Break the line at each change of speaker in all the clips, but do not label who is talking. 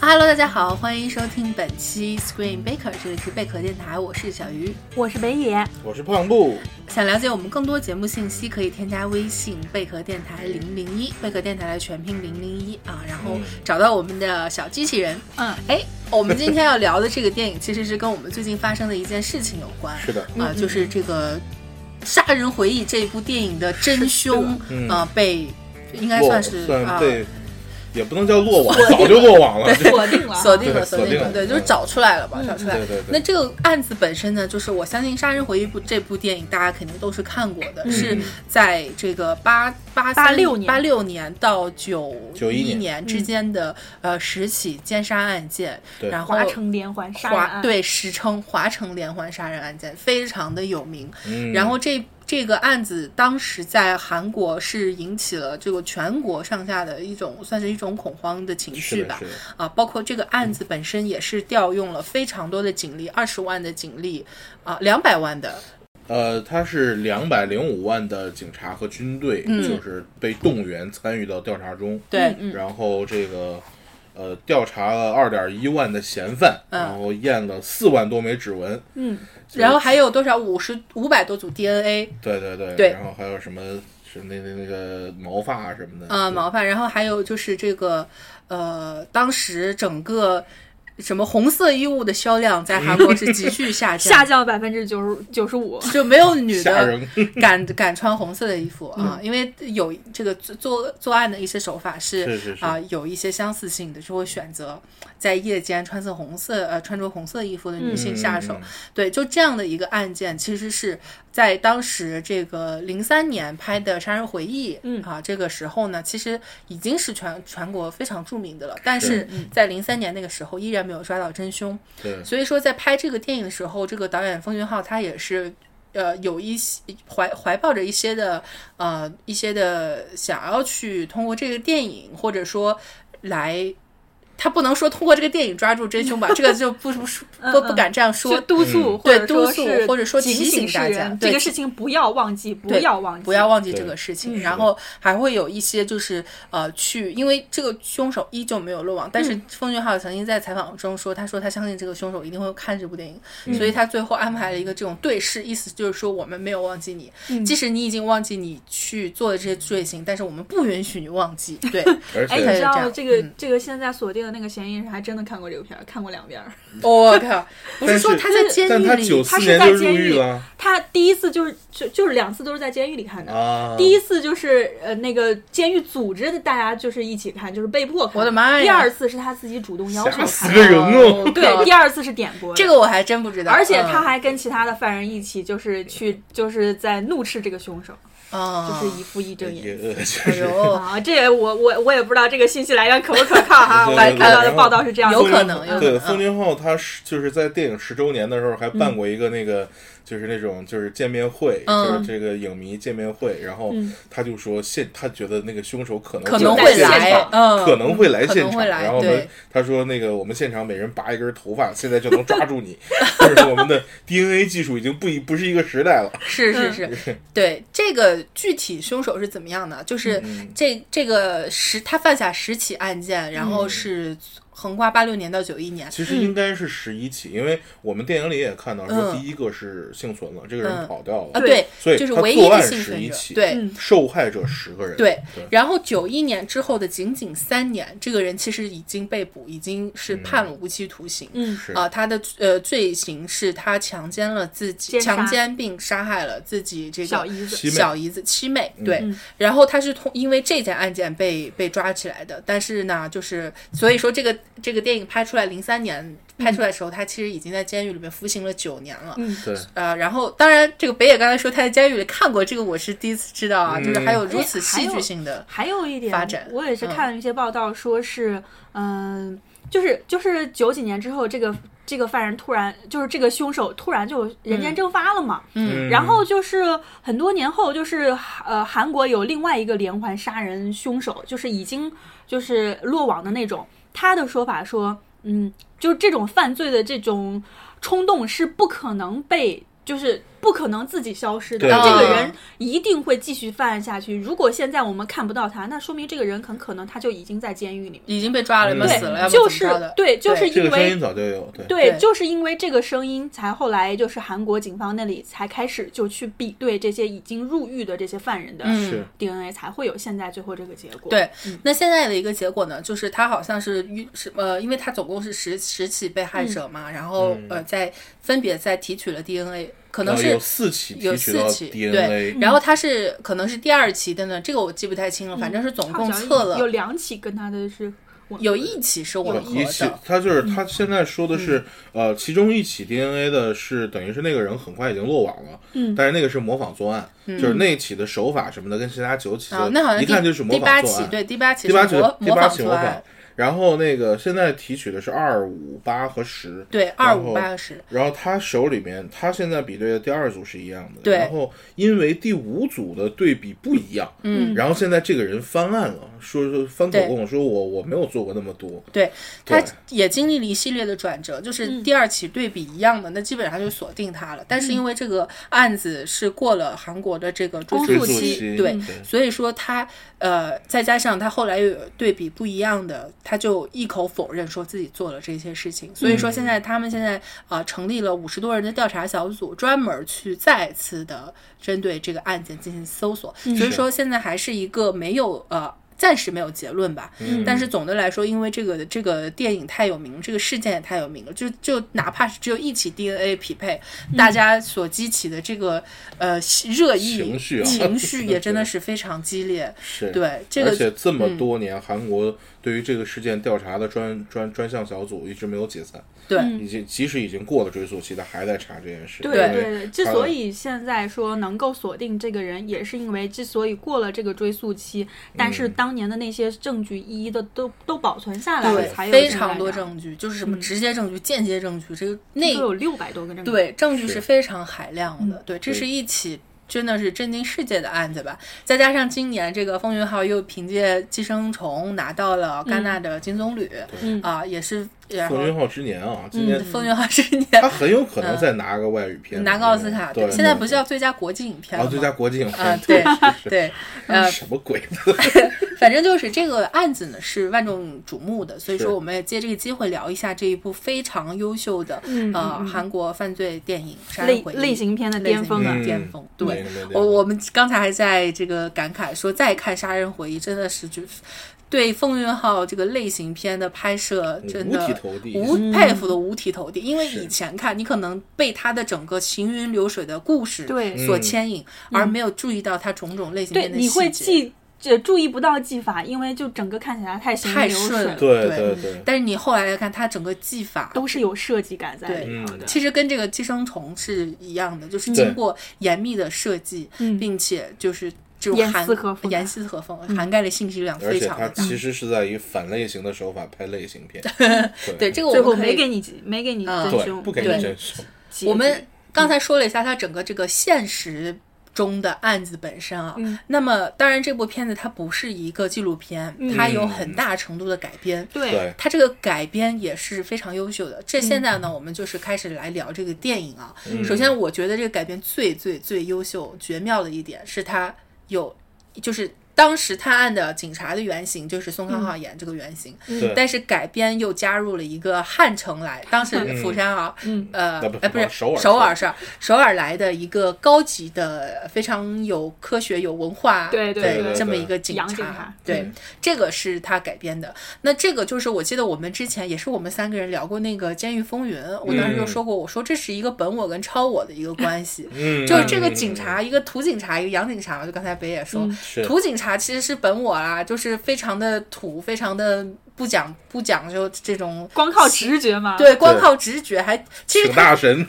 Hello，大家好，欢迎收听本期 Screen Baker，这里是贝壳电台，我是小鱼。
我是北野，
我是胖布，
想了解我们更多节目信息，可以添加微信贝壳电台零零一，贝壳电台的全拼零零一啊，然后
嗯
找到我们的小机器人。
嗯，
哎，我们今天要聊的这个电影其实是跟我们最近发生的一件事情有关
是的，嗯
啊，就是这个《杀人回忆》这部电影的真凶
嗯，
啊被应该
落
算是啊
算被，也不能叫落网，早就落网了，
锁定了啊
锁定了
对
锁
锁
定
定
了，
了
对，就是
嗯
找出来了吧，
嗯
找出来
对。对
那
对，
这个案子本身呢，就是我相信《杀人回忆》部这部电影大家肯定都是看过的，
嗯
是在这个八八
86年
八六年到九
91
一
年
年之间的、呃十起奸杀案件，
对
然后
华城连环杀人
哦华
案，，
对史称华城连环杀人案件非常的有名，
嗯
然后这这个案子当时在韩国是引起了这个全国上下的一种算是一种恐慌的情绪
是的
吧
是，的，
啊，包括这个案子本身也是调用了非常多的警力，二十万的警力，啊，两百万的，
呃，他是两百零五万的警察和军队，
嗯
就是被动员参与到调查中，嗯
对，嗯
然后这个。呃，调查了二点一万的嫌犯，
嗯
然后验了四万多枚指纹，
嗯，
然后还有多少五十五百多组 DNA
对对对，
对
然后还有什么是那那那个毛发什么的
啊、毛发，然后还有就是这个，呃，当时整个什么红色衣物的销量在韩国是急剧下降，
下降百分之九十九十五，
就没有女
吓
的
人，
敢敢穿红色的衣服啊，
嗯
因为有这个作作作案的一些手法是
是是是
啊、有一些相似性的，就会选择在夜间穿色红色呃穿着红色衣服的女性下手。
嗯嗯
对，就这样的一个案件，其实是在当时这个零三年拍的《杀人回忆》
嗯
啊，这个时候呢，其实已经是全全国非常著名的了，但
是嗯
是在零三年那个时候依然没有抓到真凶。
对，
所以说，在拍这个电影的时候，这个导演奉俊昊他也是，呃，有一些怀怀抱着一些的呃一些的想要去通过这个电影，或者说来，他不能说通过这个电影抓住真凶吧，这个就不 不不不敢这样
是
说。
督促
嗯
或者
对督
说
促
是
或者说
警
提醒
醒世
大家
人
对
这个事情不要忘记，不
对
要忘记，
不要忘记这
对
个事情，
嗯
然后还会有一些就是呃去，因为这个凶手依旧没有落网，但
嗯
是奉俊昊曾经在采访中说，他说他相信这个凶手一定会看这部电影，
嗯
所以他最后安排了一个这种对视，意思就是说我们没有忘记你，
嗯
即使你已经忘记你去做的这些罪行，但是我们不允许你忘记。 对，
而
哎，
且
对
你知
这
道
样
这个
嗯
这个现在锁定的那个嫌疑人还真的看过这个片儿，看过两遍儿。
哦我、靠，不是说
但是
他在监
但
狱
他九
里，
四
他是
年
在
就入
监狱
狱了
他第一次就是就就是两次都是在监狱里看的，
啊，
第一次就是呃那个监狱组织的大家就是一起看，就是被迫看。
我的妈呀
第二次是他自己主动要求
吓死
看
个
的，
人哦！
哦
对， 第二次是点播的
这个我还真不知道，
而且他
嗯
还跟其他的犯人一起，就是去，就是在怒斥这个凶手，就
嗯，
是一副义正
也
言
呃，就
哎
是
呦。
啊。这我我我也不知道这个信息来源可不可靠哈，我
对对对
看到的
然后
报道是这 样的，
有可能有可能
对，奉俊昊他是就是在电影十周年的时候还办过一个那个，就是那种就是见面会，
嗯
就是这个影迷见面会，然后
嗯
他就说现他觉得那个凶手可能
可能
在
会
现
来
场，
嗯
可能会来现
可能
场，
会来
然后呢
对，
他说那个我们现场每人拔一根头发，现在就能抓 住你，就是我们的 DNA 技术已经不一不是一个时代了，
是是
嗯
是，对这个具体凶手是怎么样的？就是
嗯
这这个十他犯下十起案件，然
嗯
后是横跨八六年到九一年，
其实应该是十一起，因为我们电影里也看到说
嗯
第一个是幸存了，这
嗯
个人跑掉了
啊，
对
所以
就是
他
唯一
作
的
案
幸
11
存者，
起
对。
嗯
受害者十个人，
对
对，
然后九一年之后的仅仅三年，这个人其实已经被捕，已经是判了无期徒刑。
嗯
是
啊、他的呃罪行是他强奸了自己，
奸杀
强奸并杀害了自己这个
小姨子
七妹
小姨子七妹，对。
嗯
然后他是通因为这件案件被被抓起来的，但是呢，就是所以说这个这个电影拍出来零三年拍出来的时候，他其实已经在监狱里面服刑了九年了。
嗯，
对，
呃，然后当然，这个北野刚才说他在监狱里看过这个，我是第一次知道啊，
嗯
就是还有如此
哎还
戏
有
剧性的，
还有一点
发展
我也是
嗯
看了一些报道，说是，嗯、就是就是九几年之后，这个这个犯人突然就是这个凶手突然就人间蒸发了嘛。
嗯
然后就是很多年后，就是呃，韩国有另外一个连环杀人凶手，就是已经就是落网的那种。他的说法说，嗯，就是这种犯罪的这种冲动是不可能被就是不可能自己消失的，
对
这个
对
人一定会继续犯案下去。如果现在我们看不到他，那说明这个人很可能他就已经在监狱里面。
已经被抓了，要么
对
死了，要么怎
就
么
是
着的。
对，就是
这
因
个声
为
音早就有，对，
对，
对
就是因为这个声音，才后来就是韩国警方那里才开始就去比对这些已经入狱的这些犯人的
嗯
是
DNA，、才会有现在最后这个结果。
对，那现在的一个结果呢，就是他好像是晕是呃，因为他总共是十十起被
嗯
害者嘛，然后呃，在分别在提取了 DNA，可能
呃
是
嗯有四起
有
提取
四
到
起，对
DNA，，
然后他是可能是第二期的呢，这个我记不太清了，反正是总
嗯好
共
像
测了
有两起跟他的是吻合
有
的
一起是吻合
一起
的，，啊
他就是他
嗯
现在说的是，呃，其中一起 DNA 的是等于是那个人很快已经落网了，
嗯
但是那个是模仿作案，就是那起的手法什么的跟其他九起
嗯啊
的，，
那好像
一
第
看就是模
第八
仿作
起，
案，
对，第八起
第
是
八起
模
第八
仿
起
作
模
案
仿，，然后那个现在提取的是二五八和十，
对，二
然后
五八十，
然后他手里面，他现在比对的第二组是一样的，
对
然后因为第五组的对比不一样，
嗯，
然后现在这个人翻案了，说说翻口供，说我我没有做过那么多，
对，他
对
也经历了一系列的转折，
嗯
就是第二起对比一样的，那基本上就锁定他了。但是因为这个案子是过了韩国的这个追
公
诉
诉期
期，
对
对，所以说他呃，再加上他后来又有对比不一样的，他就一口否认说自己做了这些事情。所以说现在他们现在啊、呃成立了五十多人的调查小组，专门去再次的针对这个案件进行搜索。所以说现在还是一个没有呃。暂时没有结论吧，但是总的来说，因为这个这个电影太有名，这个事件也太有名了，就就哪怕是只有一起 DNA 匹配，大家所激起的这个呃热议
情绪啊。
情绪也真的是非常激 烈
是
对这
而
个
且
嗯
这么多年，韩国对于这个事件调查的专专专项小组一直没有解散，
对
嗯
已经即使已经过了追溯期，他还在查这件事，
对
因为
对对，
嗯
之
他
所以现在说能够锁定这个人，也是因为之所以过了这个追诉期，但
嗯
是当年的那些证据一一的都都保存下来了，才
对，
有
哎非
现在
常多
这样
证据，就是什么直接证据、间接证据，这个那
嗯都有嗯六百多个证据。
对证据
是
是非常海量的。对，这是一起。真的是震惊世界的案子吧？再加上今年这个风云号又凭借《寄生虫》拿到了戛纳的金棕榈，
嗯
啊，也是然后
奉俊昊之年
嗯
啊，今 年
风云号之年
他很有可能再拿个外语片，
嗯拿个奥斯卡，
对，
现在不是叫最佳国际影片
然
吗？
后最佳国际影
啊
片，
对
是
对，呃
嗯
是，什么鬼？
反正就是这个案子呢是万众瞩目的，所以
是
说我们也借这个机会聊一下这一部非常优秀的
嗯
呃
嗯嗯
韩国犯罪电影《杀人
类
回忆》
类型片的
类型
巅峰
片
了
的
嗯，
巅峰。
嗯
对
类型片的巅，
我
峰
我们刚才还在这个感慨说再看《杀人回忆》真的是就。对《风云号》这个类型片的拍摄，真的
五体投地
无佩服的五体投地。因为
是
以前看，你可能被它的整个行云流水的故事
对
所
嗯
牵引，而没有注意到它种种类型
对，
片的细
你
节。
会记。这注意不到技法，因为就整个看起来太行云
太
流
顺
水
了
了，
对
对
对，
但是你后来来看，它整个技法
都是有设计感在
对
里面的。
嗯
其实跟这个寄生虫是一样的，就是
对
经过严密的设计，
嗯
并且就是这种
严
涵
丝合缝的嗯
严丝合缝，涵盖的信息量
而
非
且
常
他
的大。
其实是在以反类型的手法拍类型片，
对这个
最
我
后
们可
没给
以，
你没给你
嗯
真
对，
凶，
不给你
对
真凶，
结
我们
局
刚才说了一下它整个这个现实。中的案子本身啊，
嗯
那么当然这部片子它不是一个纪录片，
嗯
它有很大程度的改编，
对
对，
它这个改编也是非常优秀的。
嗯
这现在呢，我们就是开始来聊这个电影啊。
嗯
首先，我觉得这个改编最最最优秀、绝妙的一点是它有，就是当时探案的警察的原型就是宋康昊
嗯
演这个原型，
对，
嗯但是改编又加入了一个汉城来，当时釜山啊，
嗯
呃
那不，
哎，不是
首尔
首尔是首尔来的一个高级的、非常有科学、有文化
对对
的
对对
这么一个警
洋警察
对
嗯，
这个是他改编的。那这个就是我记得我们之前也是我们三个人聊过那个《监狱风云》，我当时就说过，我说这是一个本我跟超我的一个关系，
嗯，
就是这个警察，一个土警察，一个洋警察嘛，就刚才北野说，
嗯
是
土警察其实是本我啦，就是非常的土，非常的不讲不讲究这种。
光靠直觉嘛，
对，光靠直觉还，其实
请
他
大神，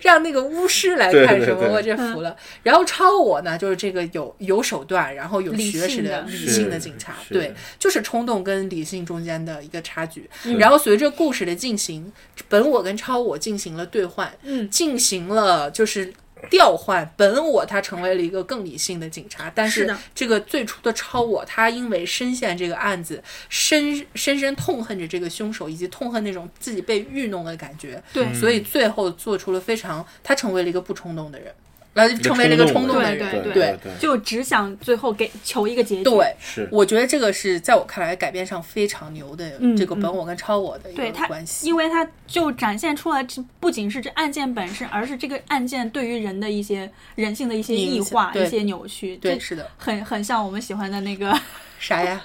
让那个巫师来
对
看
对
什么，
对
我这服
嗯
了。然后超我呢，就是这个有有手段，然后有
理
学识
性
的
的
理
是
性的警察，
是
对，就是冲动跟理性中间的一个差距。然后随着故事的进行，本我跟超我进行了对换，
嗯
进行了就是调换，本我他成为了一个更理性的警察，但
是
是
的
这个最初的超我，他因为深陷这个案子，深深深痛恨着这个凶手，以及痛恨那种自己被愚弄的感觉，
对
所以最后做出了非常，他成为了一个不冲动的人，呃，成为了一个
个
冲
冲
动
动
的
的
人，
人
对
对
对
对，
就只想最后给求一个结局。
嗯对
是
我觉得这个是在我看来改编上非常牛的
嗯
这个本我跟超我的一
对
个
它
关系。
因为它就展现出来，这不仅是这案件本身，而是这个案件对于人的一些人性的一些
影
异
响
化、
对
一些扭曲，
对，
这
是的，
很很像我们喜欢的那个
啥呀？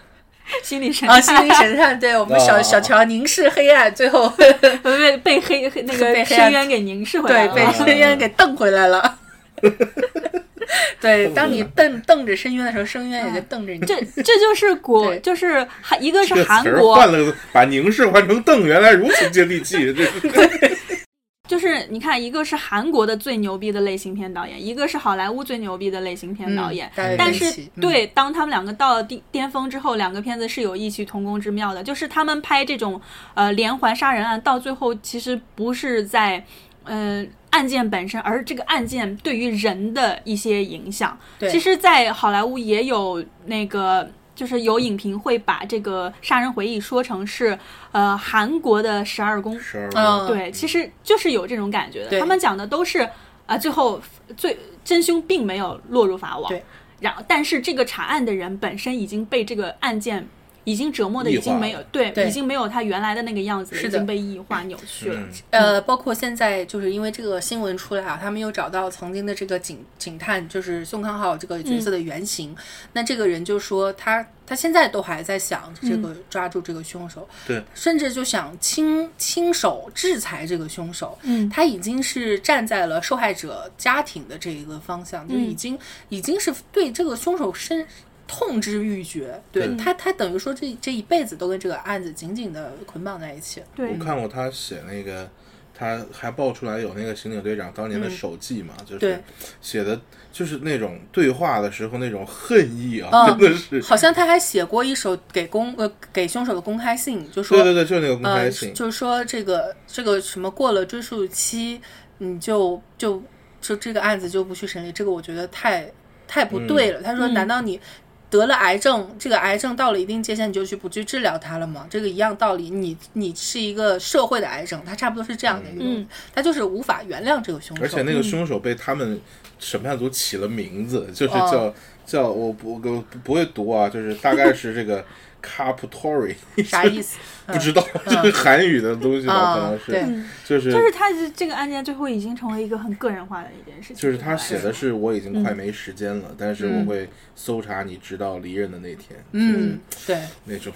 心理神
啊，心
探
灵神探，对我们 小
啊
小乔凝视黑暗，最后
被被黑黑那
被
个
黑暗
深渊给凝视回来
对
了。
被深渊给瞪回来了。 对，
回来
当你瞪瞪着深渊的时候，深渊也在瞪着你。
这这就是国，
对
就是韩一个
这
是
个
韩
词儿
国，
换了个，把凝视换成瞪，原来如此接 地气，这
就是你看，一个是韩国的最牛逼的类型片导演，一个是好莱坞最牛逼的类型片导演
嗯。大卫
但
芬
是
奇，嗯
对，当他们两个到了巅巅峰之后，两个片子是有异曲同工之妙的，就是他们拍这种呃连环杀人案，到最后其实不是在呃案件本身，而这个案件对于人的一些影响。
对
其实，在好莱坞也有那个。就是有影评会把这个《杀人回忆》说成是，呃，韩国的《十二宫》，
十二
嗯
对，其实就是有这种感觉
对
的。他们讲的都是啊、最后最真凶并没有落入法网
对，
然后但是这个查案的人本身已经被这个案件已经折磨的
异
已经
化
没有对，
对
已经没有他原来的那个样子了，
是
已
的嗯
经被异化扭曲
嗯
了。
呃，包括现在就是因为这个新闻出来啊，他们又找到曾经的这个警警探，就是宋康昊这个角色的原
嗯
型。那这个人就说他他现在都还在想这个
嗯
抓住这个凶手，
对，
甚至就想亲亲手制裁这个凶手。
嗯
他已经是站在了受害者家庭的这一个方向，就是已
嗯
经、已经是对这个凶手深痛之欲绝。对
对
他，他等于说这这一辈子都跟这个案子紧紧的捆绑在一起了。
对
我，看过他写那个，他还爆出来有那个刑警队长当年的手记嘛，就
嗯
是
对
写的，就是那种对话的时候那种恨意啊，
嗯
真的是，
好像他还写过一首给公呃给凶手的公开信，就说
对对对，就是那个公开信
呃，，就是说这个这个什么过了追诉期，你就就就这个案子就不去审理，这个我觉得太太不对了。他说，
嗯
难道你？得了癌症，这个癌症到了一定界限，你就去不去治疗它了吗？这个一样道理，你你是一个社会的癌症，它差不多是这样的一个东西，
嗯
它就是无法原谅这个凶手。
而且那个凶手被他们审判组起了名字，就是
哦
叫叫我不我不不会读啊，就是大概是 这个 Caputori，
啥意 思？
不知道，就是韩语的东西吧，可
啊
能，
嗯对
是，，就是
就是他这个案件最后已经成为一个很个人化的一件事情。
就是他写的
对吧
是我已经快没时间了，但是我会搜查你直到离任的那天。就是
嗯，对。
那种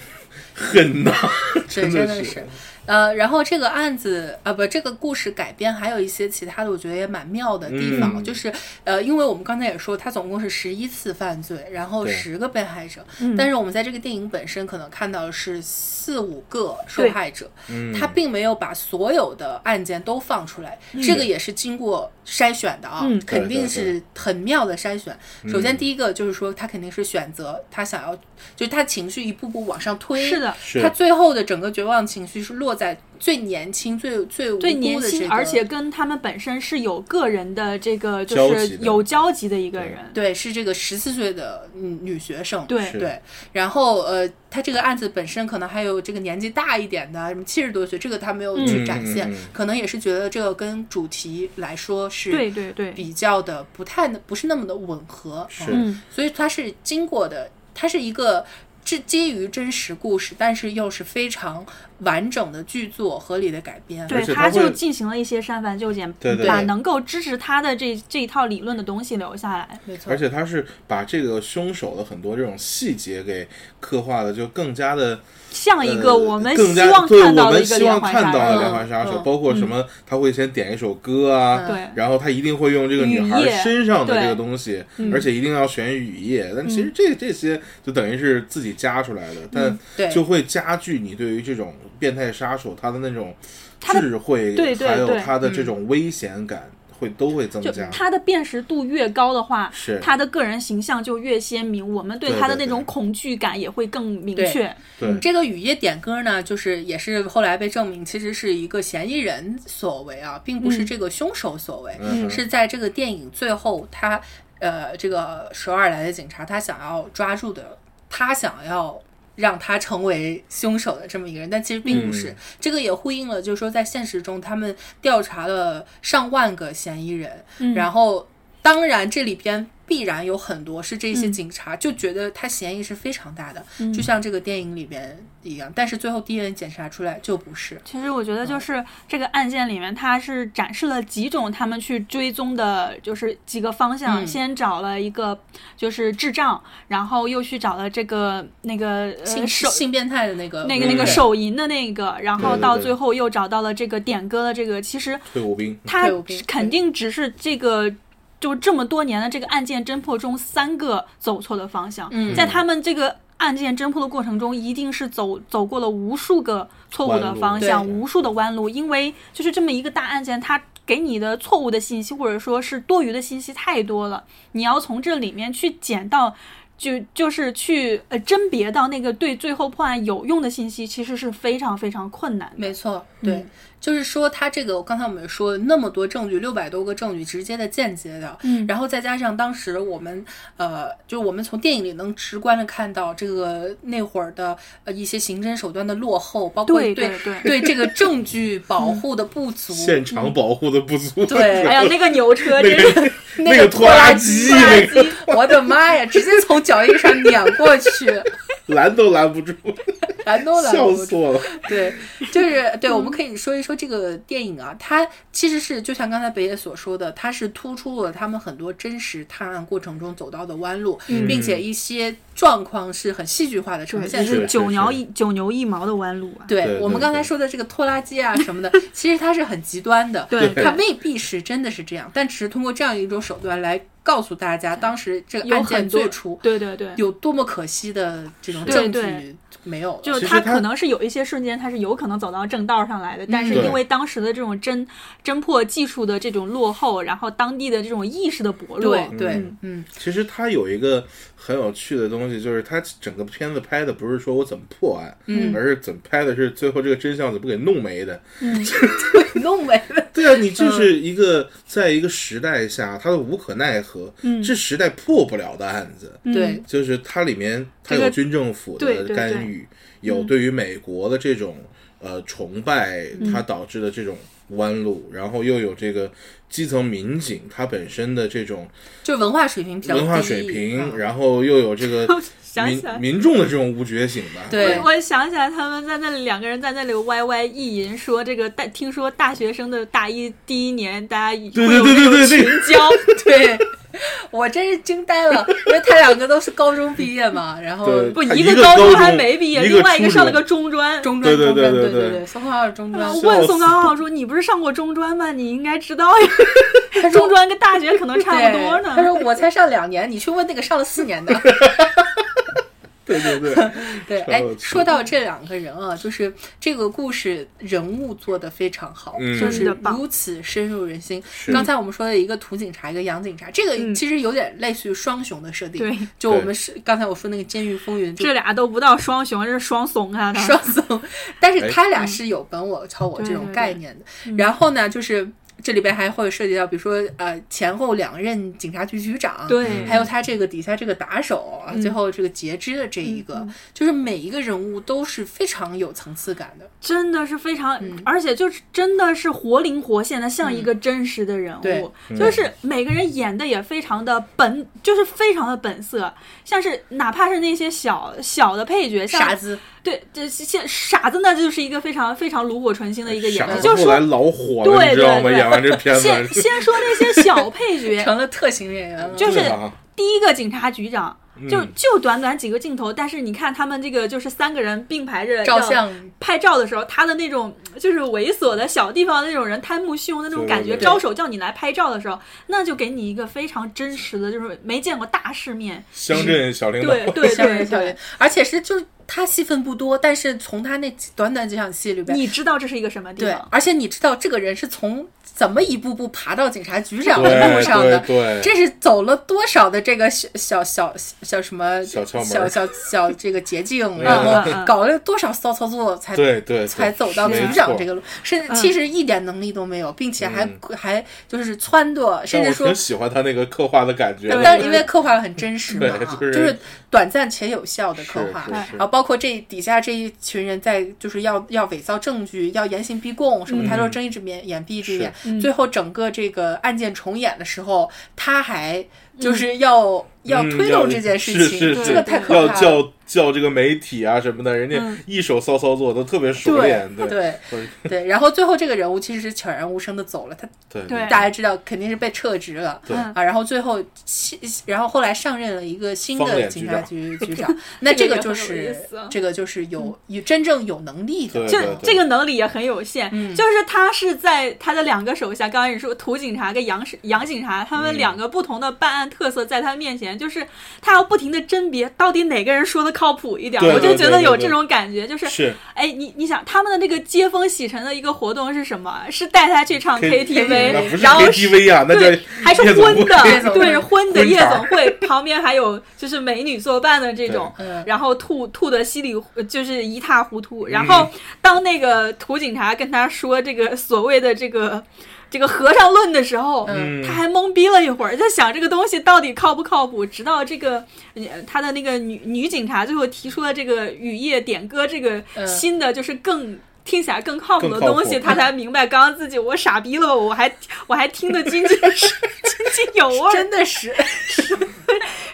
恨呐、
对，
真
真
的
的
是
是。呃，然后这个案子啊，不，这个故事改编还有一些其他的，我觉得也蛮妙的地方，
嗯
就是呃，因为我们刚才也说，他总共是十一次犯罪，然后
对
十个被害者，
嗯
但是我们在这个电影本身可能看到的是四五个受
对
害者，
嗯，
他并没有把所有的案件都放出来，这个也是经过筛选的啊，
嗯
肯定
对对
是很妙的筛选。首先第一个就是说，他肯定是选择他想要，就是他情绪一步步往上推，
是的
是
他最后的整个绝望情绪是落在最年轻、最最无辜的
最年
这
轻，
个
而且跟他们本身是有个人的这个，就是
交集的
有交集的一个
对
人。
对，是这个十四岁的嗯女学生，
对
是
对。然后呃，他这个案子本身可能还有这个年纪大一点的，什么七十多岁，这个他没有去
嗯
展现，
嗯嗯嗯
可能也是觉得这个跟主题来说是
对对对，
比较的不太不是那么的吻合，
是
嗯
嗯，
所以它是经过的，它是一个是基于真实故事，但是又是非常完整的剧作合理的改编，
而
对，
且
他
他
就
会
进行了一些删繁就简，
对对
把
对
能够支持他的这这一套理论的东西留下来。
没错
而，且他是把这个凶手的很多这种细节给刻画的，就更加的
像一个
呃
我们
更
希
加
望
对我
看到的
们
一个
希
连
望
环杀
看到的
人
连
人，
环杀手，
嗯
包括什么他会先点一首歌啊，
对
然后他一定会用这个女
雨
孩
夜
身上的
对嗯
这个东西，而且一定要选雨夜。但其实这这些就等于是自己加出
嗯
来的，
对
但就会加剧你对于这种变态杀手他的那种
他的
智慧，
对对
还有
对嗯
他的这种危险感。会都会增
就
加。
他的辨识度越高的话，
是
他的个人形象就越鲜明，我们对
对
他的
对
那
对
种恐惧感也会更明
对
确。
对，
嗯这个雨夜点歌呢，就是也是后来被证明其实是一个嫌疑人所为啊，并不是这个凶手所为，
嗯
是在这个电影最后他呃这个首尔来的警察他想要抓住的，他想要。让他成为凶手的这么一个人，但其实并不是。
嗯
这个也呼应了，就是说在现实中，他们调查了上万个嫌疑人，
嗯
然后当然这里边必然有很多是这些
嗯
警察就觉得他嫌疑是非常大的，就像这个电影里边一样，但是最后 DNA 检查出来就不是。
其实我觉得
嗯
就是这个案件里面，它是展示了几种他们去追踪的，就是几个方
嗯
向。先找了一个就是智障，然后又去找了这个那个
性
呃手
性变态的那个
那个那个
对
手淫的那个，然后
对对
到
对
最后又找到了这个点歌的这个。其实
退伍兵，
他
对我并
肯定只是这个，就这么多年的这个案件侦破中三个走错的方向。
嗯
在他们这个案件侦破的过程中，一定是走走过了无数个错误的方向，
弯
路对
无数的弯路，因为就是这么一个大案件，它。给你的错误的信息，或者说是多余的信息太多了，你要从这里面去捡到，就就是去呃甄别到那个对最后破案有用的信息，其实是非常非常困难的。
没错，对，
嗯
就是说他这个，我刚才我们也说了那么多证据，六百多个证据，直接的、间接的，
嗯
然后再加上当时我们，呃，就我们从电影里能直观的看到这个那会儿的呃一些刑侦手段的落后，包括
对
对
对对嗯
这 个证据保护的不足，
现场保护的不足。
对
哎呀，那个牛车真是。
那个 那个拖拉机，
拖拉
那个
机，我的妈呀，直接从脚印上碾过去，
拦都拦不住，
拦都拦
笑
不
死
住。
我了。
对，就是对，我们可以说一说这个电影啊，它其实是就像刚才北野所说的，它是突出了他们很多真实探案过程中走到的弯路，并且一些状况是很戏剧化的呈现
就
出来
是
的。
九牛一九牛一毛的弯路啊。
对
对
我们
对
刚才
对
说的这个拖拉机啊什么的，其实它是很极端的，
对
它未必是真的是这样，但只是通过这样一种手段来告诉大家，当时这个
有
案
很
件
多
最初
对对对，
有多么可惜的这种
是
证
对对
据没有了，
就
其实
他
他
可能是有一些瞬间，他是有可能走到正道上来的，但是
对
因为当时的这种侦侦破技术的这种落后，然后当地的这种意识的薄弱，
对对，
嗯
嗯，
其实它有一个很有趣的东西，就是它整个片子拍的不是说我怎么破案，
嗯
而是怎么拍的是最后这个真相怎么给弄没的。
弄没
嗯
了，
对啊，你就是一个在一个时代下，它的无可奈何，
嗯
这时代破不了的案子。
对，
就是它里面它
这个
有军政府
对
的
对
干
对
预，有对于美国的这种呃崇拜，它
嗯
导致的这种弯路，然后又有这个基层民警他本身的这种
就文化水平比较低，
文化水平，
嗯
然后又有 这个
嗯想起来
民民众的这种无觉醒吧。
对
我想起来，他们在那里两个人在那里歪歪意淫，说这个大听说大学生的大一第一年，大家
对
会有
对对对
那种
对对
群 交，
对。我真是惊呆了，因为他两个都是高中毕业嘛，然后
对
不
他
一
一个
高
高
中还
中
没毕业，
一个
另外一个
初
上了
中
个中专，
中专
对
中
对
专，
对
对
对对
对，宋康昊是中专
然，后
笑
问
死
宋康昊说：“你不是上过中专吗？你应该知道呀，
他说
中专跟大学可能差不多
对他
呢。
说我才上两年，你去问那个上了四年的。
对对对，
对，
超
哎
有，趣
说到这两个人啊，就是这个故事人物做得非常好，
嗯
就是
真的棒
如此深入人心。刚才我们说的一个土警察，一个洋警察，这
嗯
个其实有点类似于双雄的设”定。
对，
就我们是刚才我说那个《监狱风云》就
这俩都不到双雄，这是双怂 啊！他
双怂，但是
哎
他俩是有本我超我这
嗯对
种
对嗯
概念的。然后呢，就是这里边还会涉及到，比如说呃前后两任警察局局长，
嗯
对嗯
还有他这个底下这个打手啊，最后这个截肢的这一个，就是每一个人物都是非常有层次感的。
真的是非常，
嗯
而且就是真的是活灵活现的，像一个真实的人
对
物，
嗯
就是每个人演的也非常的本，就是非常的本色，像是哪怕是那些小小的配角，像
傻子，
对，这现傻子呢就是一个非常非常炉火纯青的一个演
傻
员，
子
就
后
说
来老火了，
对
你知道吗？
对对
演完这片
先
子，
先说那些小配 角，
成了特型演员了。
就是
对啊嗯
第一个警察局长，就就短短几个镜头，但是你看他们这个就是三个人并排着
照
要
相
拍照的时候，他的那种就是猥琐的小地方那种人贪慕虚荣的那种感觉，
对对对
招手叫你来拍照的时候，那就给你一个非常真实的，就是没见过大世面，
乡镇小领导，
对对
像人
对
像
对
人，而且是就是他戏份不多，但是从他那几短短几场戏里边，
你知道这是一个什么地
对
方，？
而且你知道这个人是从怎么一步步爬到警察局长的路上
对
的，
对对，
这是走了多少的这个小小小小什么
小窍门
小小小这个捷径，
嗯
然
嗯嗯
后搞了多少骚操作才
对对
才走到
没
局长
错
这个路，甚至
嗯
其实一点能力都没有，并且还
嗯
还就是撺掇，甚
但
至
我
说
挺喜欢他那个刻画的感觉的，
对
但是因为刻画的很真实
对
嘛，啊
就
就是是短暂且有效的刻画。
是是是
然后包括这底下这一群人在就是要要伪造证据，要严刑逼供什么，
嗯
他都睁一只眼眼闭一只眼
是嗯。
最后整个这个案件重演的时候，他还就是要要
嗯
推动这件事
是
情
是
对
是
这个太可
要
怕了。
叫叫这个媒体啊什么的，人
嗯
家一手骚操作都特别熟
对
练，对
对
或者
对，然后最后这个人物其实是悄然无声的走了，他
对
对
大家知道肯定是被撤职了，
对
嗯
啊，然后最后新，然后后来上任了一个新
方
的
脸
警
局
察
长
局局长，那这
这
个
个也
就
很有意
是
思啊
这个就是有有真正有能力的，
对
就
对
这个能力也很有限，
嗯
就是他是在他的两个手下，刚开始说土警察跟洋洋警察，他们
嗯
两个不同的办案特色在他面前，就是他要不停的甄别到底哪个人说的靠谱一点。
对
我就
对
觉
对
得
对
有
对
这种感觉，就是
是
哎，你你想他们的那个接风洗尘的一个活动是什么？是带他去唱
K-
KTV
那
KTV，
不是
然后
KTV 啊，那
对
叫，
还是
夜总
荤
会
夜
的，
总
对，
会
荤的
荤
夜
场
总会，旁边还有就是美女作伴的这种
对嗯，
然后吐吐的稀里呃就是一塌糊涂。然后当那个土警察跟他说这个所谓的这个这个和尚论的时候，
嗯
他还懵逼了一会儿，在想这个东西到底靠不靠谱。直到这个呃他的那个女女警察最后提出了这个雨夜点歌这个
嗯
新的，就是更。听起来更靠谱的
更靠谱
东西，他才明白刚刚自己我傻逼了吧，我还我还听得津津津津有味 儿，
真的是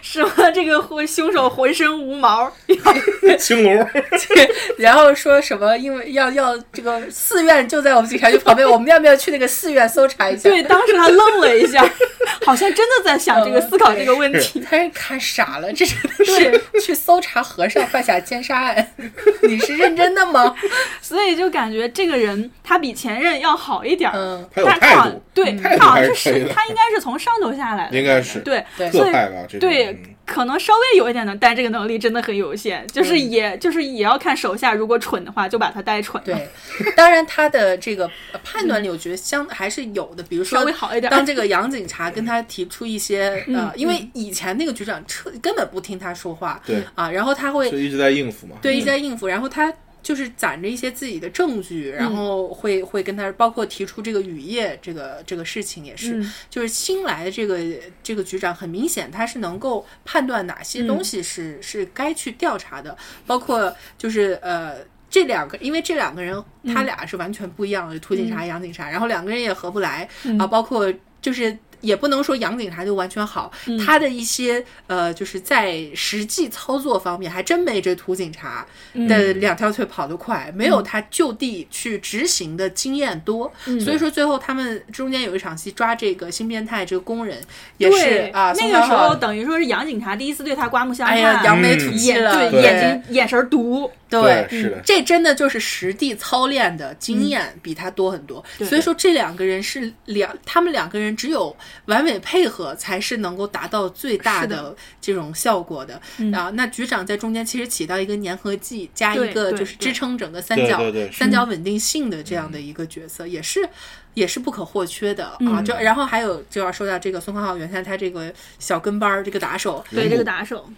什么这个浑凶手浑身无毛，
青龙，
然后说什么因为要要这个寺院就在我们警察局旁边，我们要不要去那个寺院搜查一下？
对，当时他愣了一下， 好像真的在想这个
嗯
思考这个问题，
他是看傻了，这真的是去搜查和尚犯下奸杀案， 你是认真的吗？
所以就感觉这个人他比前任要好一点儿，
嗯，
他有
他
态
好
度，
对，
嗯态
他
度
好像
还
是
是可以
是
的
他应该是从上头下来的，
应该是
对
对
所
特
以
派吧，这种
对
嗯
可能稍微有一点能，但这个能力真的很有限，就是
嗯
也就是也要看手下，如果蠢的话就把他带蠢了，
对，当然他的这个判断力，我觉得相还是有的，比如
稍
说
微好一点儿。
当这个杨警察跟他提出一些、
嗯
呃，因为
嗯
以前那个局长彻根本不听他说话
对，
啊，然后他
就
会
一直在应付嘛，
对一直
嗯
在应付，然后他。就是攒着一些自己的证据，
嗯
然后会会跟他，包括提出这个雨夜这个这个事情也是，
嗯
就是新来的这个这个局长，很明显他是能够判断哪些
嗯
东西是、是该去调查的，包括就是呃这两个，因为这两个人
嗯
他俩是完全不一样的，涂警察、杨警察，然后两个人也合不来、
嗯
啊，包括就是。也不能说杨警察就完全好，
嗯
他的一些呃，就是在实际操作方面，还真没这涂警察
嗯
的两条腿跑得快，没有他就地去执行的经验多。
嗯
所以说最后他们中间有一场戏抓这个新变态这个工人，也
对
是啊，
那
宋
个
康
时候
昊
等于说是杨警察第一次对他刮目相看，
哎呀扬眉
嗯
吐气
眼
了，
对眼睛眼神儿毒，
对。嗯
是的，
这真的就是实地操练的经验比他多很多，
对
所以说这两个人是两，他们两个人只有完美配合，才是能够达到最大
是的嗯
的这种效果的啊。那局长在中间其实起到一个粘合剂，加
对
一个
对
就是
对
支撑整个三
对
角
对对是嗯
三角稳定性的这样的一个角色，也是也是不可或缺的啊。
嗯
就然后还有就要说到这个宋康昊原先他这个小跟班儿这个打手，
对
嗯
这个打手，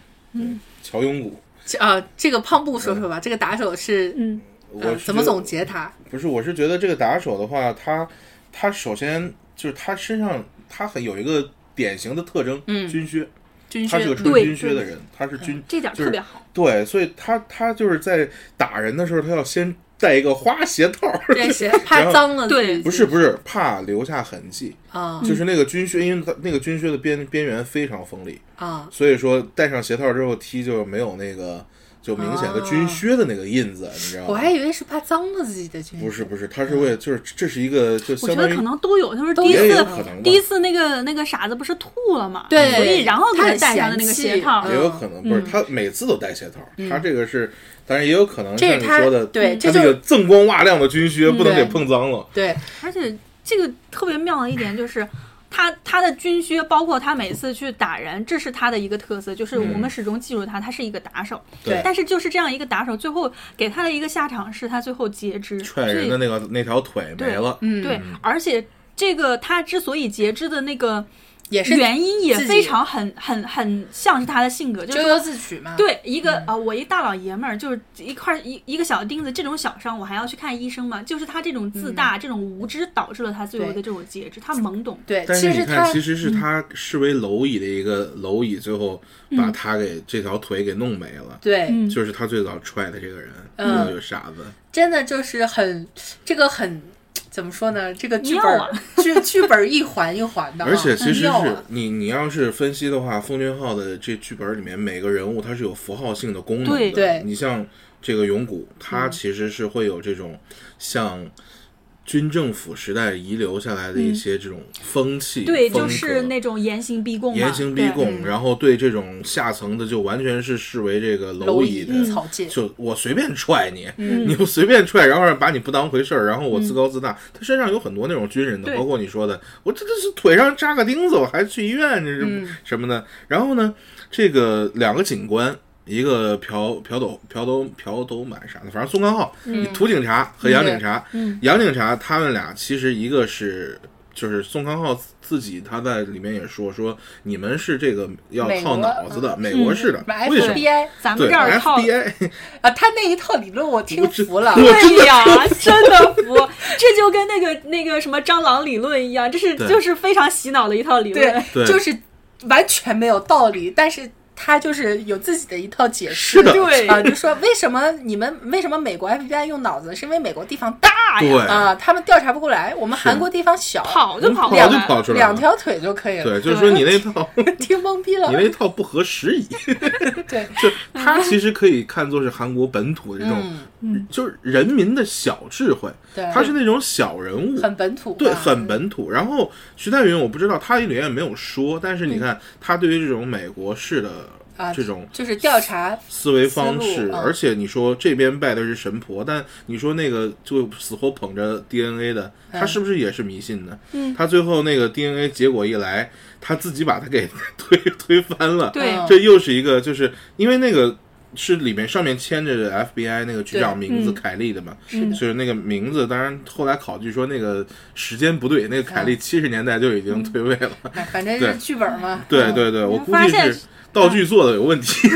乔永谷，
啊，这个胖布说说吧，这个打手是
嗯
呃
我是
怎么
觉得
总结他？
不是，我是觉得这个打手的话，他他首先就是他身上他很有一个典型的特征，
嗯
军靴，
军
他是个
靴，
穿
对
军靴
对
的人，他是军，
这点儿
就
特
是
别好，
对，所以他他就是在打人的时候，他要先戴一个花鞋套儿，
这些怕脏了
对
自己
不是不是，怕留下痕迹，
啊
就是那个军靴，因为它那个军靴的边边缘非常锋利，
啊
所以说戴上鞋套之后踢就没有那个就明显的军靴的那个印子，你知道吗？
哦我还以为是怕脏了自己的军
不
靴，
是不是，他是为了就是这是一个就
我觉
相
得
当于
可能都有，他是
都
第一
有
也
次
有可能吧，
第一次那个那个傻子不是吐了嘛，
对
所以然后
他
才
很
戴上的那
嫌
个
弃
鞋套
也，有可能
嗯
不是他每次都戴鞋套，他这个是，当然也有可能
这
像
是
你
他
说的，
嗯
对
他
这
那
就嗯
个锃光瓦亮的军靴不能
对
给碰脏了，
对
而且这个特别妙的一点就是。他他的军靴，包括他每次去打人，这是他的一个特色，就是
嗯
我们始终记住他，他是一个打手。
对
但是就是这样一个打手，最后给他的一个下场是他最后截肢，
踹人的那个那条腿没了，
嗯，
对，而且这个他之所以截肢的那个
也是
原因也
自己
非常很很很像是他的性格，就是
咎
说
由自取嘛。，
对，一个
嗯
啊、我一大老爷们儿，就是一块儿一一个小钉子，这种小伤我还要去看医生吗？就是他这种自
嗯
大、这种无知，导致了他最后的
对
这种节制，他懵懂。
对，
但
其
你
实嗯
看，
他
其实是他视为蝼蚁的一个蝼蚁，最后把
嗯
他给这条腿给弄没了，
对，
嗯
就是他最早踹的这个人，
嗯
那个傻子。
真的就是很这个很怎么说呢？这个剧
妙
本、
啊
剧剧本一环一环的啊，
嗯
而且其实
很妙
是
啊
你你要是分析的话，奉俊昊的这剧本里面每个人物他是有符号性的功能的。
对嗯
对
你像这个永谷，他其实是会有这种像军政府时代遗留下来的一些这种风
嗯
气，
对，
风
就
格
是那种严刑逼供嘛，啊
严刑逼
对。嗯
供，然后对这种下层的就完全是视为这个蝼
蝼
蚁
蚁
嗯
的，
草芥，
就我随便踹你， 你就随便踹，然后把你不当回事儿，然后我自高自大。他身上有很多那种军人的，
嗯对
包括你说的，我这这是腿上扎个钉子，我还去医院，这什
嗯
么、什么的。然后呢，这个两个警官。一个朴朴斗朴斗朴斗满啥的，反正宋康昊，
嗯
你涂警察和杨警察，杨警察他们俩其实一个是就是宋康昊自己他在里面也说说你们是这个要
美国
靠脑子
嗯
的，美国式的
什么，
为什么？
FBI
咱们
对
这儿靠
FBI
啊，他那一套理论我听服了。
我真
对呀，真的服，这就跟那个那个什么蟑螂理论一样，这是
对
就是非常洗脑的一套理论
对。，
对
就是完全没有道理，但是他就是有自己的一套解释。
是的
对
啊，就说为什么你们为什么美国 FBI 用脑子，是因为美国地方大
哎
对
啊，他们调查不过来，我们
哎是
韩国地方小，
跑就跑
跑
过来
就跑出来
两
了。
条腿就可以了，
对，就是说你那套，
听懵逼了
你。那套不合时宜。
对，
就它其实可以看作是韩国本土的这种，
嗯，
就是人民的小智慧。
对，
他是那种小人物，
很本土，啊
对，很。本土。然后徐太云，我不知道他里面没有说，但是你看他对于这种美国式的
嗯啊
这种
就是调查，
思维方式，
思路嗯
而且你说这边拜的是神婆，但你说那个就死活捧着 DNA 的，
嗯
他是不是也是迷信的？
嗯
他最后那个 DNA 结果一来，他自己把他给 推推翻了。
对
嗯
这又是一个，就是因为那个是里面上面签着 FBI 那个局长
对
名字
嗯
凯利的嘛，
是的
所以那个名字当然后来考据说那个时间不对，那个
嗯
凯利七十年代就已经退位了。
哎反正
对
是剧本嘛。
对
嗯
对对，我
嗯
估
发
计
现
是道具做的有问题。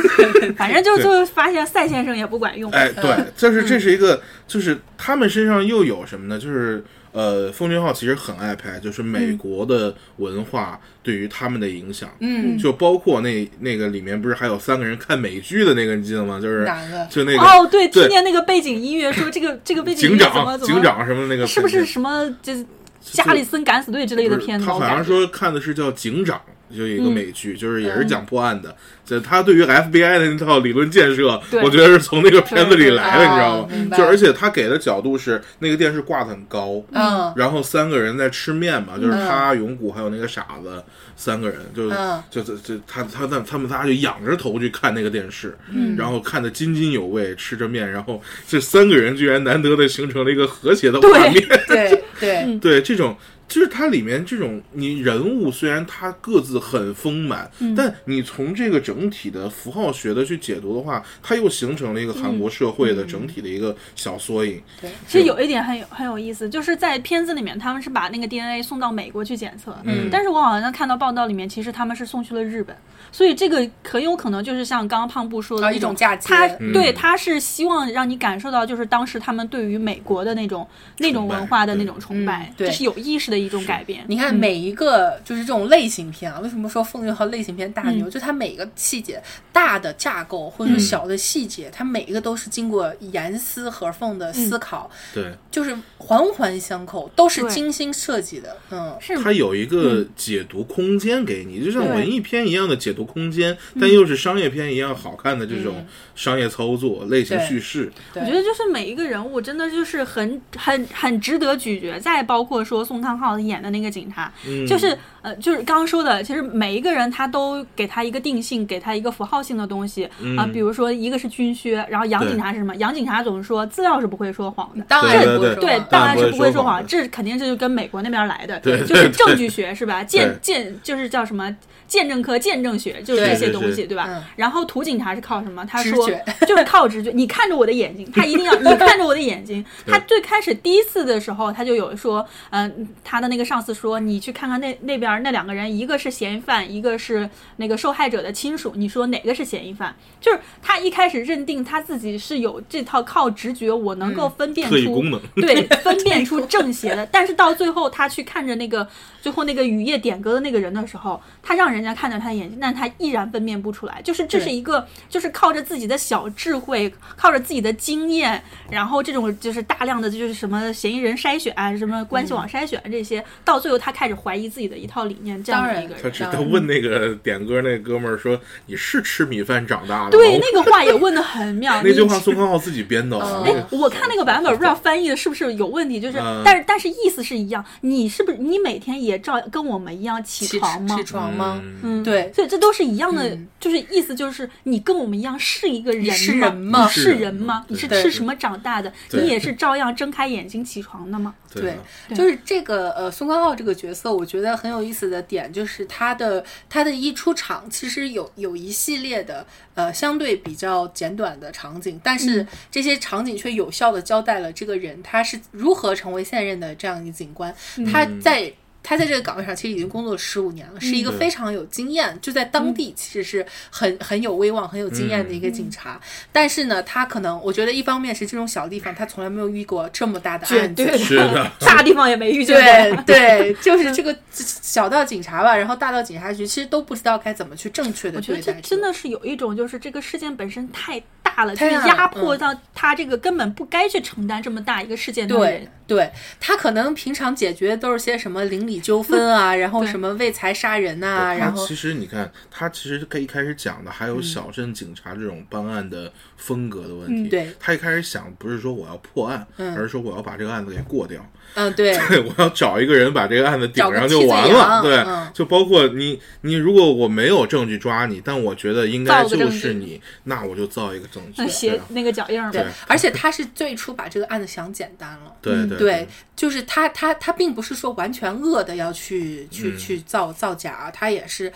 反正就就发现赛先生也不管用。
嗯哎，对，
嗯
就是这是一个，就是他们身上又有什么呢？就是呃，奉俊昊其实很爱拍，就是美
嗯
国的文化对于他们的影响，
嗯，
就包括那那个里面不是还有三个人看美剧的那个，你记得吗？就是
哪个
就那个
哦，对，
对
听见那个背景音乐，说这个这个背景
警
音乐怎么
长
怎么
警长什么那个
是不
片
是
子
什么就是加里森敢死队之类的
不是
片子？
他
我
好
感
像
觉
说看的是叫《警长》，就有
嗯
一个美剧，就是也是讲破案的。就他对于 FBI 的那套理论建设，
对
我觉得是从那个片子里来的，
对
你知道
哦明
吗？
白
就而且他给的角度是那个电视挂的很高。
嗯，
然后三个人在吃面嘛，就是他、永谷还有那个傻子，三个人就、
嗯
就就就他他他他们仨就仰着头去看那个电视，
嗯
然后看得津津有味，吃着面，然后这三个人居然难得的形成了一个和谐的画
对
面，
对对，
对，这种就是它里面这种你人物虽然它各自很丰满，
嗯
但你从这个整体的符号学的去解读的话，它又形成了一个韩国社会的整体的一个小缩影。
对
嗯其实有一点很有很有意思，就是在片子里面他们是把那个 DNA 送到美国去检测，
嗯
但是我好像看到报道里面，其实他们是送去了日本，所以这个很有可能就是像刚刚胖布说的
啊
那
一种嫁接
他
嗯
对他是希望让你感受到就是当时他们对于美国的那种那种
崇拜
文化的
对
那种崇拜
嗯，对
这是有意识的一种改变。
你看每一个就是这种类型片啊，为什么说奉俊昊类型片大
嗯
牛？就它每一个细节大的架构或者说小的细节，它每一个都是经过严丝合缝
嗯
的思考，
对，
就是环环相扣，都是
对
精心设计的。嗯，
是
它有一个解读空间给你，就像
嗯对嗯
文艺片一样的解读空间，但又是商业片一样好看的这种商业操作、类型
对
叙事。
对
我觉得就是每一个人物真的就是很很很值得咀嚼，再包括说宋康昊浩演的那个警察，
嗯
就是呃，就是刚刚说的，其实每一个人他都给他一个定性，给他一个符号性的东西啊、比如说一个是军靴，然后杨
嗯对
警察是什么？杨警察总是说资料是不会说谎的。
当然不会
对
说
对
谎，
当然
不会
是不会
说
说
谎
谎，
的
这肯定这就跟美国那边来的，
对对
就是
对
证据学是吧？见
对
见就是叫什么见证科、见证学，就是这
对
些
对
东
对
西，对
嗯
吧？然后土警察是靠什么？他
直
说
觉
就是靠直觉，你看着我的眼睛，他一定 要你看着我的眼睛。他最开始第一次的时候，他就有说，嗯，他的那个上司说，你去看看那那边那两个人，一个是嫌疑犯，一个是那个受害者的亲属，你说哪个是嫌疑犯？就是他一开始认定他自己是有这套靠直觉，我能够分辨
嗯特异
出
功能，
对，分辨出正邪的。但是到最后，他去看着那个最后那个雨夜点歌的那个人的时候，他让人家看着他的眼睛，但他依然分辨不出来。就是这是
对
一个，就是靠着自己的小智慧，靠着自己的经验，然后这种就是大量的就是什么嫌疑人筛选、啊什么关系网筛选啊这些，到最后他开始怀疑自己的一套理念，这样
当
的
然
一个人
他。只
当
他
然
问那个点歌那哥们儿说：“你是吃米饭长大的吗？”
对，
我
那个话也问的很
啊
妙。
那句
你
话宋康昊自己编的啊。
嗯
那
哎
个，
我看那个版本，不知道翻译的是不是有问题，就是，
嗯
但是但是意思是一样。你是不是你每天也照跟我们一样起
起
床吗
起？床吗？
嗯
嗯，
对
所以这都是一样的，
嗯
就是意思就是你跟我们一样是一个人吗？
是人吗
你是人吗？
是
你是
对
吃什么长大的？
对
你也是照样睁开眼睛起 床的吗？
对啊，
对
就是这个呃，宋康昊这个角色，我觉得很有意思的点就是他的他的一出场，其实有有一系列的呃相对比较简短的场景，但是
嗯
这些场景却有效的交代了这个人他是如何成为现任的这样一个警官，
嗯
他在。他在这个岗位上其实已经工作十五年了，是一个
嗯
对
非常有经验，就在当地其实是很很有威望、很有经验的一
嗯
个警察。但是呢，他可能我觉得一方面是这种小地方，他从来没有遇过这么大的 案子，
的
是的，
大地方也没遇见
对
过。
对，就是这个小到警察吧，然后大到警察局，其实都不知道该怎么去正确的
我觉
对
得
待
这
这个。
真的是有一种，就是这个事件本身太大了，
太
就
大
是
了
压迫
嗯
到他这个根本不该去承担这么大一个事件的人
对。对，他可能平常解决都是些什么邻里纠纷 啊，然后
对
什么为财杀人呐、
对
然
他
后嗯
其实你看，他其实跟一开始讲的还有小镇警察这种办案的风格的问
嗯
题。
对
他一开始想不是说我要破案，
嗯
而是说我要把这个案子给过掉。
嗯，对
对，我要找一个人把这个案子顶
找个
上就
替罪
完
羊
了。对，
嗯
就包括你，你如果我没有证据抓你，但我觉得应该
造个证
就
据
是你，那我就造一个证据。
那
对
鞋
啊
那个脚印儿嘛
对，而且他是最初把这个案子想简单了。
对
嗯
对
对，就是他他他并不是说完全恶的要去去、
嗯
去造造假啊，他也是。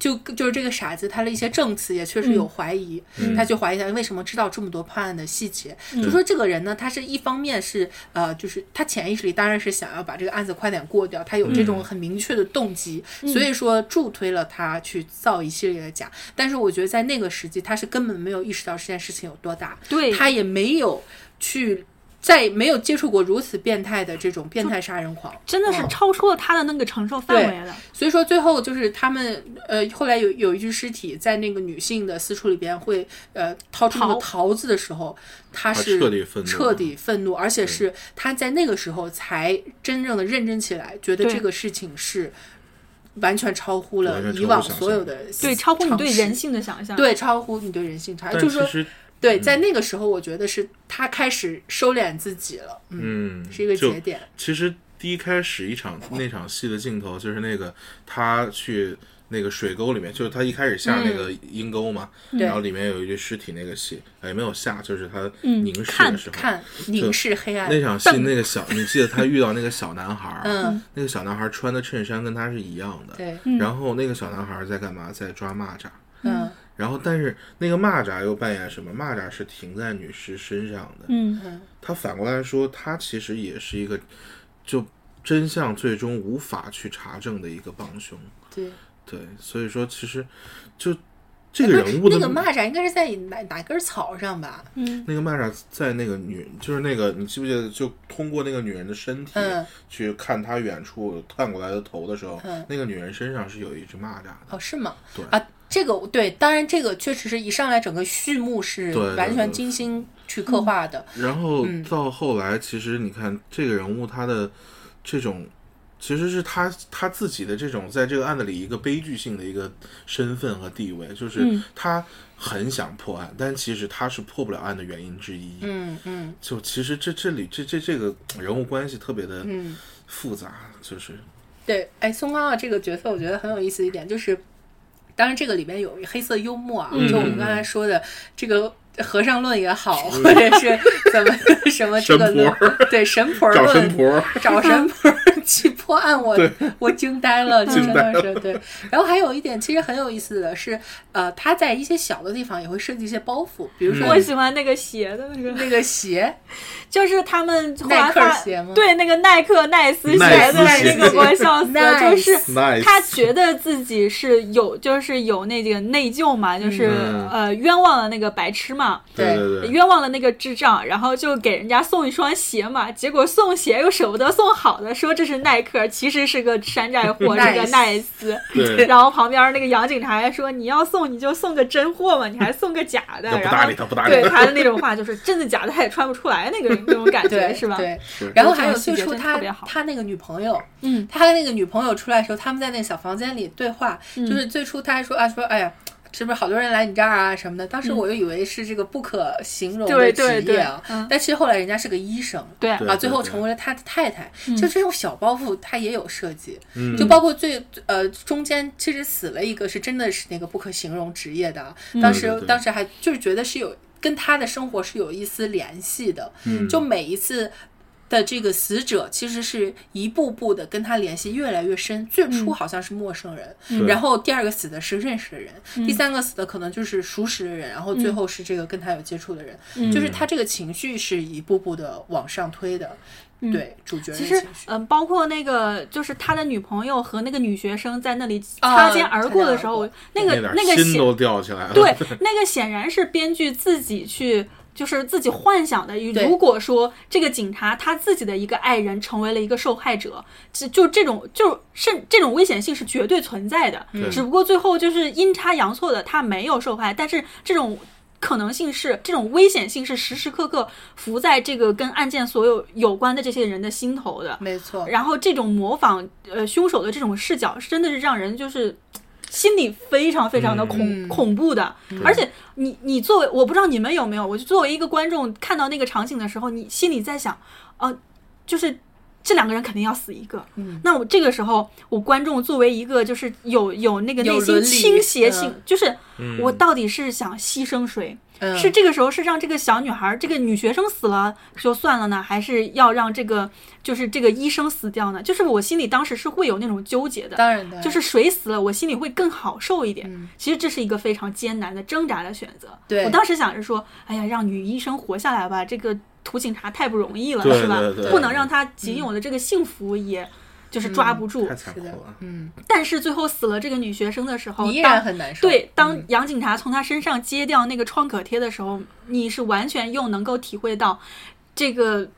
就就是这个傻子，他的一些证词也确实有怀疑，
嗯
他就怀疑他为什么知道这么多判案的细节。就说这个人呢，他是一方面是呃，就是他潜意识里当然是想要把这个案子快点过掉，他有这
嗯
种很明确的动机，所以说助推了他去造一系列的假。但是我觉得在那个时期，他是根本没有意识到这件事情有多大，
对
他也没有去在没有接触过如此变态的这种变态杀人狂，
真的是
嗯
超出了他的那个承受范
对
围了。
所以说最后就是他们呃，后来有有一具尸体在那个女性的私处里边会呃掏出那个
桃
桃子的时候，他
他
是
彻底愤怒嗯
彻底愤怒，而且是他在那个时候才真正的认真起来，觉得
对
这个事情是完全超乎
完
了
全超乎
以往
想象
所有的
对，超乎你对
常识
人性的想象。，
对超乎你对人性差，
但
就是
其
说
实，
对，
嗯
在那个时候我觉得是他开始收敛自己了，嗯，
嗯，
是一个
就
节点。
其实第一开始一场那场戏的镜头，就是那个他去那个水沟里面，就是他一开始下那个阴沟嘛，
嗯对
然后里面有一具尸体那个戏，哎，没有下，就是他凝视的时候。
嗯看凝视黑暗，
那场戏，那个小，你记得他遇到那个小男孩儿，
嗯，
那个小男孩儿穿的衬衫跟他是一样的，
对，
然后那个小男孩儿在干嘛？在抓蚂蚱，
嗯
然后但是那个蚂蚱又扮演什么？蚂蚱是停在女尸身上的，
嗯，
他反过来说，他其实也是一个，就真相最终无法去查证的一个帮凶。
对。
对，所以说其实就这个人物的
哎那个蚂蚱应该是在哪哪根草上吧？
那个蚂蚱在那个女，就是那个你记不记得，就通过那个女人的身体
嗯
去看她远处探过来的头的时候，
嗯
那个女人身上是有一只蚂蚱的。
哦，是吗？
对
啊，这个对，当然这个确实是一上来整个序幕是
对对
完全
对
精心去刻画的，
然后到后来，其实你看这个人物他的这种，其实是他他自己的这种在这个案子里一个悲剧性的一个身份和地位，就是他很想破案，但其实他是破不了案的原因之一。
嗯嗯
就其实这这里这这这个人物关系特别的
嗯
复杂，就是
对，哎，宋康昊这个角色我觉得很有意思一点就是，当然这个里面有黑色幽默啊，
嗯
就我们刚才说的这个。和尚论也 好，或者是怎么什么这个
神婆
论对神婆
找
论
神婆，
找神婆儿去破案，我
对
我惊呆了，就
惊
真
呆
的是对。然后还有一点其实很有意思的是，呃，他在一些小的地方也会设计一些包袱，比如说
嗯
嗯
我喜欢那个鞋的那个，
那个鞋，
就是他们后
嗯耐
来
克
发
鞋吗
对那个耐克耐斯鞋
耐
的
斯鞋
那个，我笑死了，
Nice
就是。
nice，
他觉得自己是有，就是有那个内疚嘛，就是、
嗯
呃冤枉了那个白痴嘛，
对
对
对对，
冤枉了那个智障，然后就给人家送一双鞋嘛，结果送鞋又舍不得送好的，说这是耐克，其实是个山寨 货，是
Nice
个耐斯。
对
然后旁边那个杨警察还说：“你要送你就送个真货嘛，你还送个假的。”
他不
然
搭
后
理他不搭理
对，他的那种话就是真的假的，他也穿不出来那个那种感觉
对
是吧？
对
是。
然后还有
这种
最
细节
初
真的
他
特别好
他那个女朋友，
嗯，
他跟那个女朋友出来的时候，他们在那小房间里对话，
嗯
就是最初他还说啊说哎呀。是不是好多人来你这儿啊什么的？当时我就以为是这个不可形容的
嗯对
职
对
业
对
啊，
嗯
但其实后来人家是个医生，
对
对
啊，最后成为了他的太太。
嗯
就这种小包袱，他也有设计，
嗯
就包括最呃中间其实死了一个，是真的是那个不可形容职业的啊，
嗯
当时
对对对
当时还就是觉得是有跟他的生活是有一丝联系的，
嗯
就每一次。的这个死者其实是一步步的跟他联系越来越深，最
嗯
初好像是陌生人，
嗯
然后第二个死的是认识的人，
嗯
第三个死的可能就是熟识的人，然后最后是这个跟他有接触的人，
嗯
就是他这个情绪是一步步的往上推的，对主角的
嗯其
情
实
绪。，
嗯，包括那个，就是他的女朋友和那个女学生在那里
啊
擦肩而过的时
擦
候
肩，
那个
那
那
点
个
心
显
都掉下来了，
对，那个显然是编剧自己去，就是自己幻想的。
对
如果说这个警察他自己的一个爱人成为了一个受害者，就就这种就是这种危险性是绝对存在的，只不过最后就是阴差阳错的他没有受害，但是这种。可能性是这种危险性是时时刻刻浮在这个跟案件所有有关的这些人的心头的，
没错，
然后这种模仿呃凶手的这种视角，真的是让人就是心里非常非常的恐、
嗯
恐怖的。而且你你作为我不知道你们有没有，我就作为一个观众看到那个场景的时候，你心里在想，呃，就是。这两个人肯定要死一个，
嗯
那我这个时候，我观众作为一个就是有有那个
有
内心
伦理
倾斜性，
嗯
就是
嗯
我到底是想牺牲谁？
嗯
是这个时候是让这个小女孩儿，这个女学生死了就算了呢，还是要让这个就是这个医生死掉呢？就是我心里当时是会有那种纠结的，
当然的，
就是谁死了，我心里会更好受一点。
嗯
其实这是一个非常艰难的挣扎的选择。
对
我当时想着说，哎呀，让女医生活下来吧，这个土警察太不容易了，
对
是吧？
对对嗯
不能让她仅有的这个幸福也。就是抓不住，
太残
是
酷
的
了，，
嗯，
但是最后死了这个女学生的时候，
你依
哦当
然很难受。
对，当
嗯
杨警察从他身上揭掉那个创可贴的时候，你是完全又能够体会到这个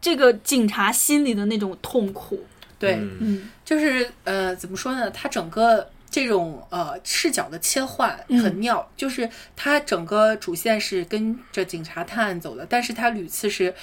这个警察心里的那种痛苦。
对，
嗯
嗯
就是呃，怎么说呢？它整个这种呃视角的切换
嗯
很妙，就是它整个主线是跟着警察探案走的，但是它屡次是。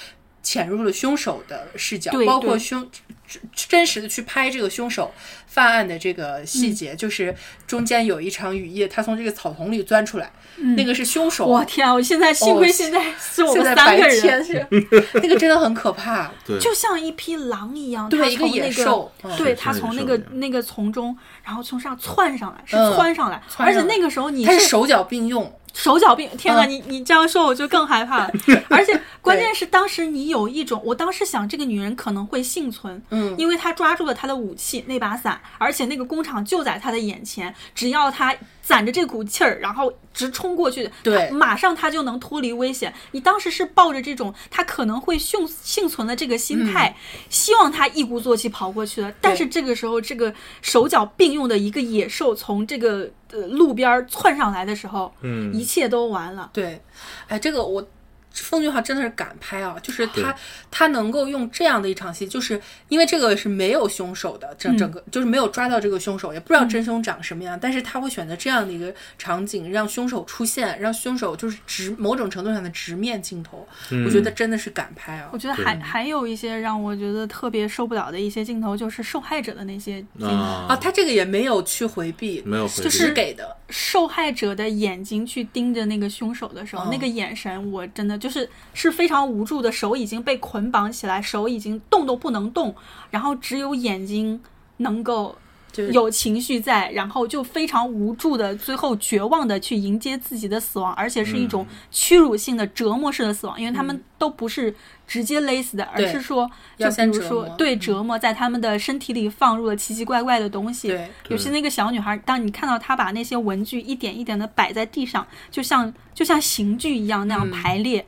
潜入了凶手的视角，
对
包括
对
凶真真实的去拍这个凶手犯案的这个
嗯
细节，就是中间有一场雨夜，他从这个草丛里钻出来，那个是凶手，
我嗯天啊！我现在幸亏
哦
现在是我
现在
们三个
白天
人，是
那个真的很可怕，
对，
就像一匹狼一样，他
对，一个
从
野
那
兽，嗯
对
是
他
是
从那
野
个
兽一样
那个丛中，然后从上窜上来，是
嗯
窜上来，
窜
而且
上来
那个时候你
它是手脚并用，
手脚并天呐，
嗯
你你这样说我就更 害怕了。而且关键是当时你有一种，我当时想这个女人可能会幸存，
嗯
因为她抓住了她的武器那把伞，而且那个工厂就在她的眼前，只要她攒着这股气儿，然后直冲过去，
对
她马上她就能脱离危险。你当时是抱着这种她可能会幸幸存的这个心态，希望她一鼓作气跑过去的，但是这个时候这个手脚并用的一个野兽从这个。呃，路边儿窜上来的时候，
嗯
一切都完了。
对，哎，这个我奉俊昊真的是敢拍啊，就是他
对
他能够用这样的一场戏，就是因为这个是没有凶手的，整整个、就是没有抓到这个凶手，也不知道真凶长什么样，但是他会选择这样的一个场景，让凶手出现，让凶手就是直某种程度上的直面镜头，我觉
嗯
得真的是敢拍啊
我。觉得
对
还还有一些让我觉得特别受不了的一些镜头，就是受害者的那些镜头。
啊，
啊，
他这个也没有去回避，
没有回避
就是给的，
受害者的眼睛去盯着那个凶手的时
嗯
候，那个眼神我真的就是是非常无助的，手已经被捆绑起来，手已经动都不能动，然后只有眼睛能够
就是
有情绪在，然后就非常无助的，最后绝望的去迎接自己的死亡，而且是一种
嗯
屈辱性的折磨式的死亡，因为他们都不是直接勒死的，而
对
是说，就
要
比
先
如
折
说
磨嗯
对折磨，在他们的身体里放入了奇奇怪怪的东西，
对，
尤其那个小女孩，当你看到她把那些文具一点一点的摆在地上，就像就像刑具一样那样
嗯
排列，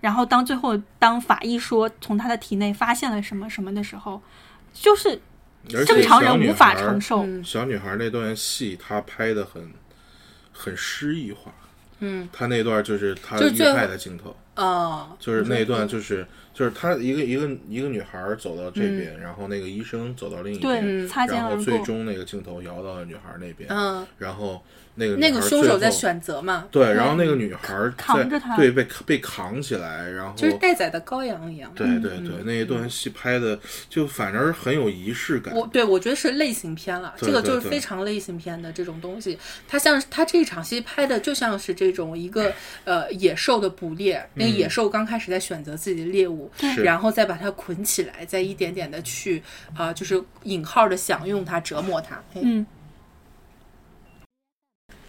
然后当最后当法医说从她的体内发现了什么什么的时候，就是
而且
正常
小
人
女
无法
孩
承受。
嗯
小女孩那段戏，她拍的很很诗意化。
嗯，
她那段就是她
就是
遇
最后
害的镜头，
哦，
就是那一段就是就是她一个一个一个女孩走到这
嗯
边，然后那个医生走到另一边，
对，擦肩
嗯然
而
后最
过。
终那个镜头摇到了女孩那边，
嗯，
然后那个女
那个
孩
凶
最
手在
后
选嗯择嘛，
对，然后那个女孩
扛
在
着她
对被被扛起来，然后
就是嗯待宰的羔羊一样。
对对对，那一段戏拍的就反而很有仪式感。
我对我觉得是类型片了，
对
这个
对
就是
对
非常类型片的这种东西。它像是它这一场戏拍的就像是这种一个呃野兽的捕猎，那个野兽刚开始在选择自己的猎物，
嗯是
然后再把它捆起来，再一点点的去啊、呃就是引号的享用它、折磨它。哎嘿
嗯，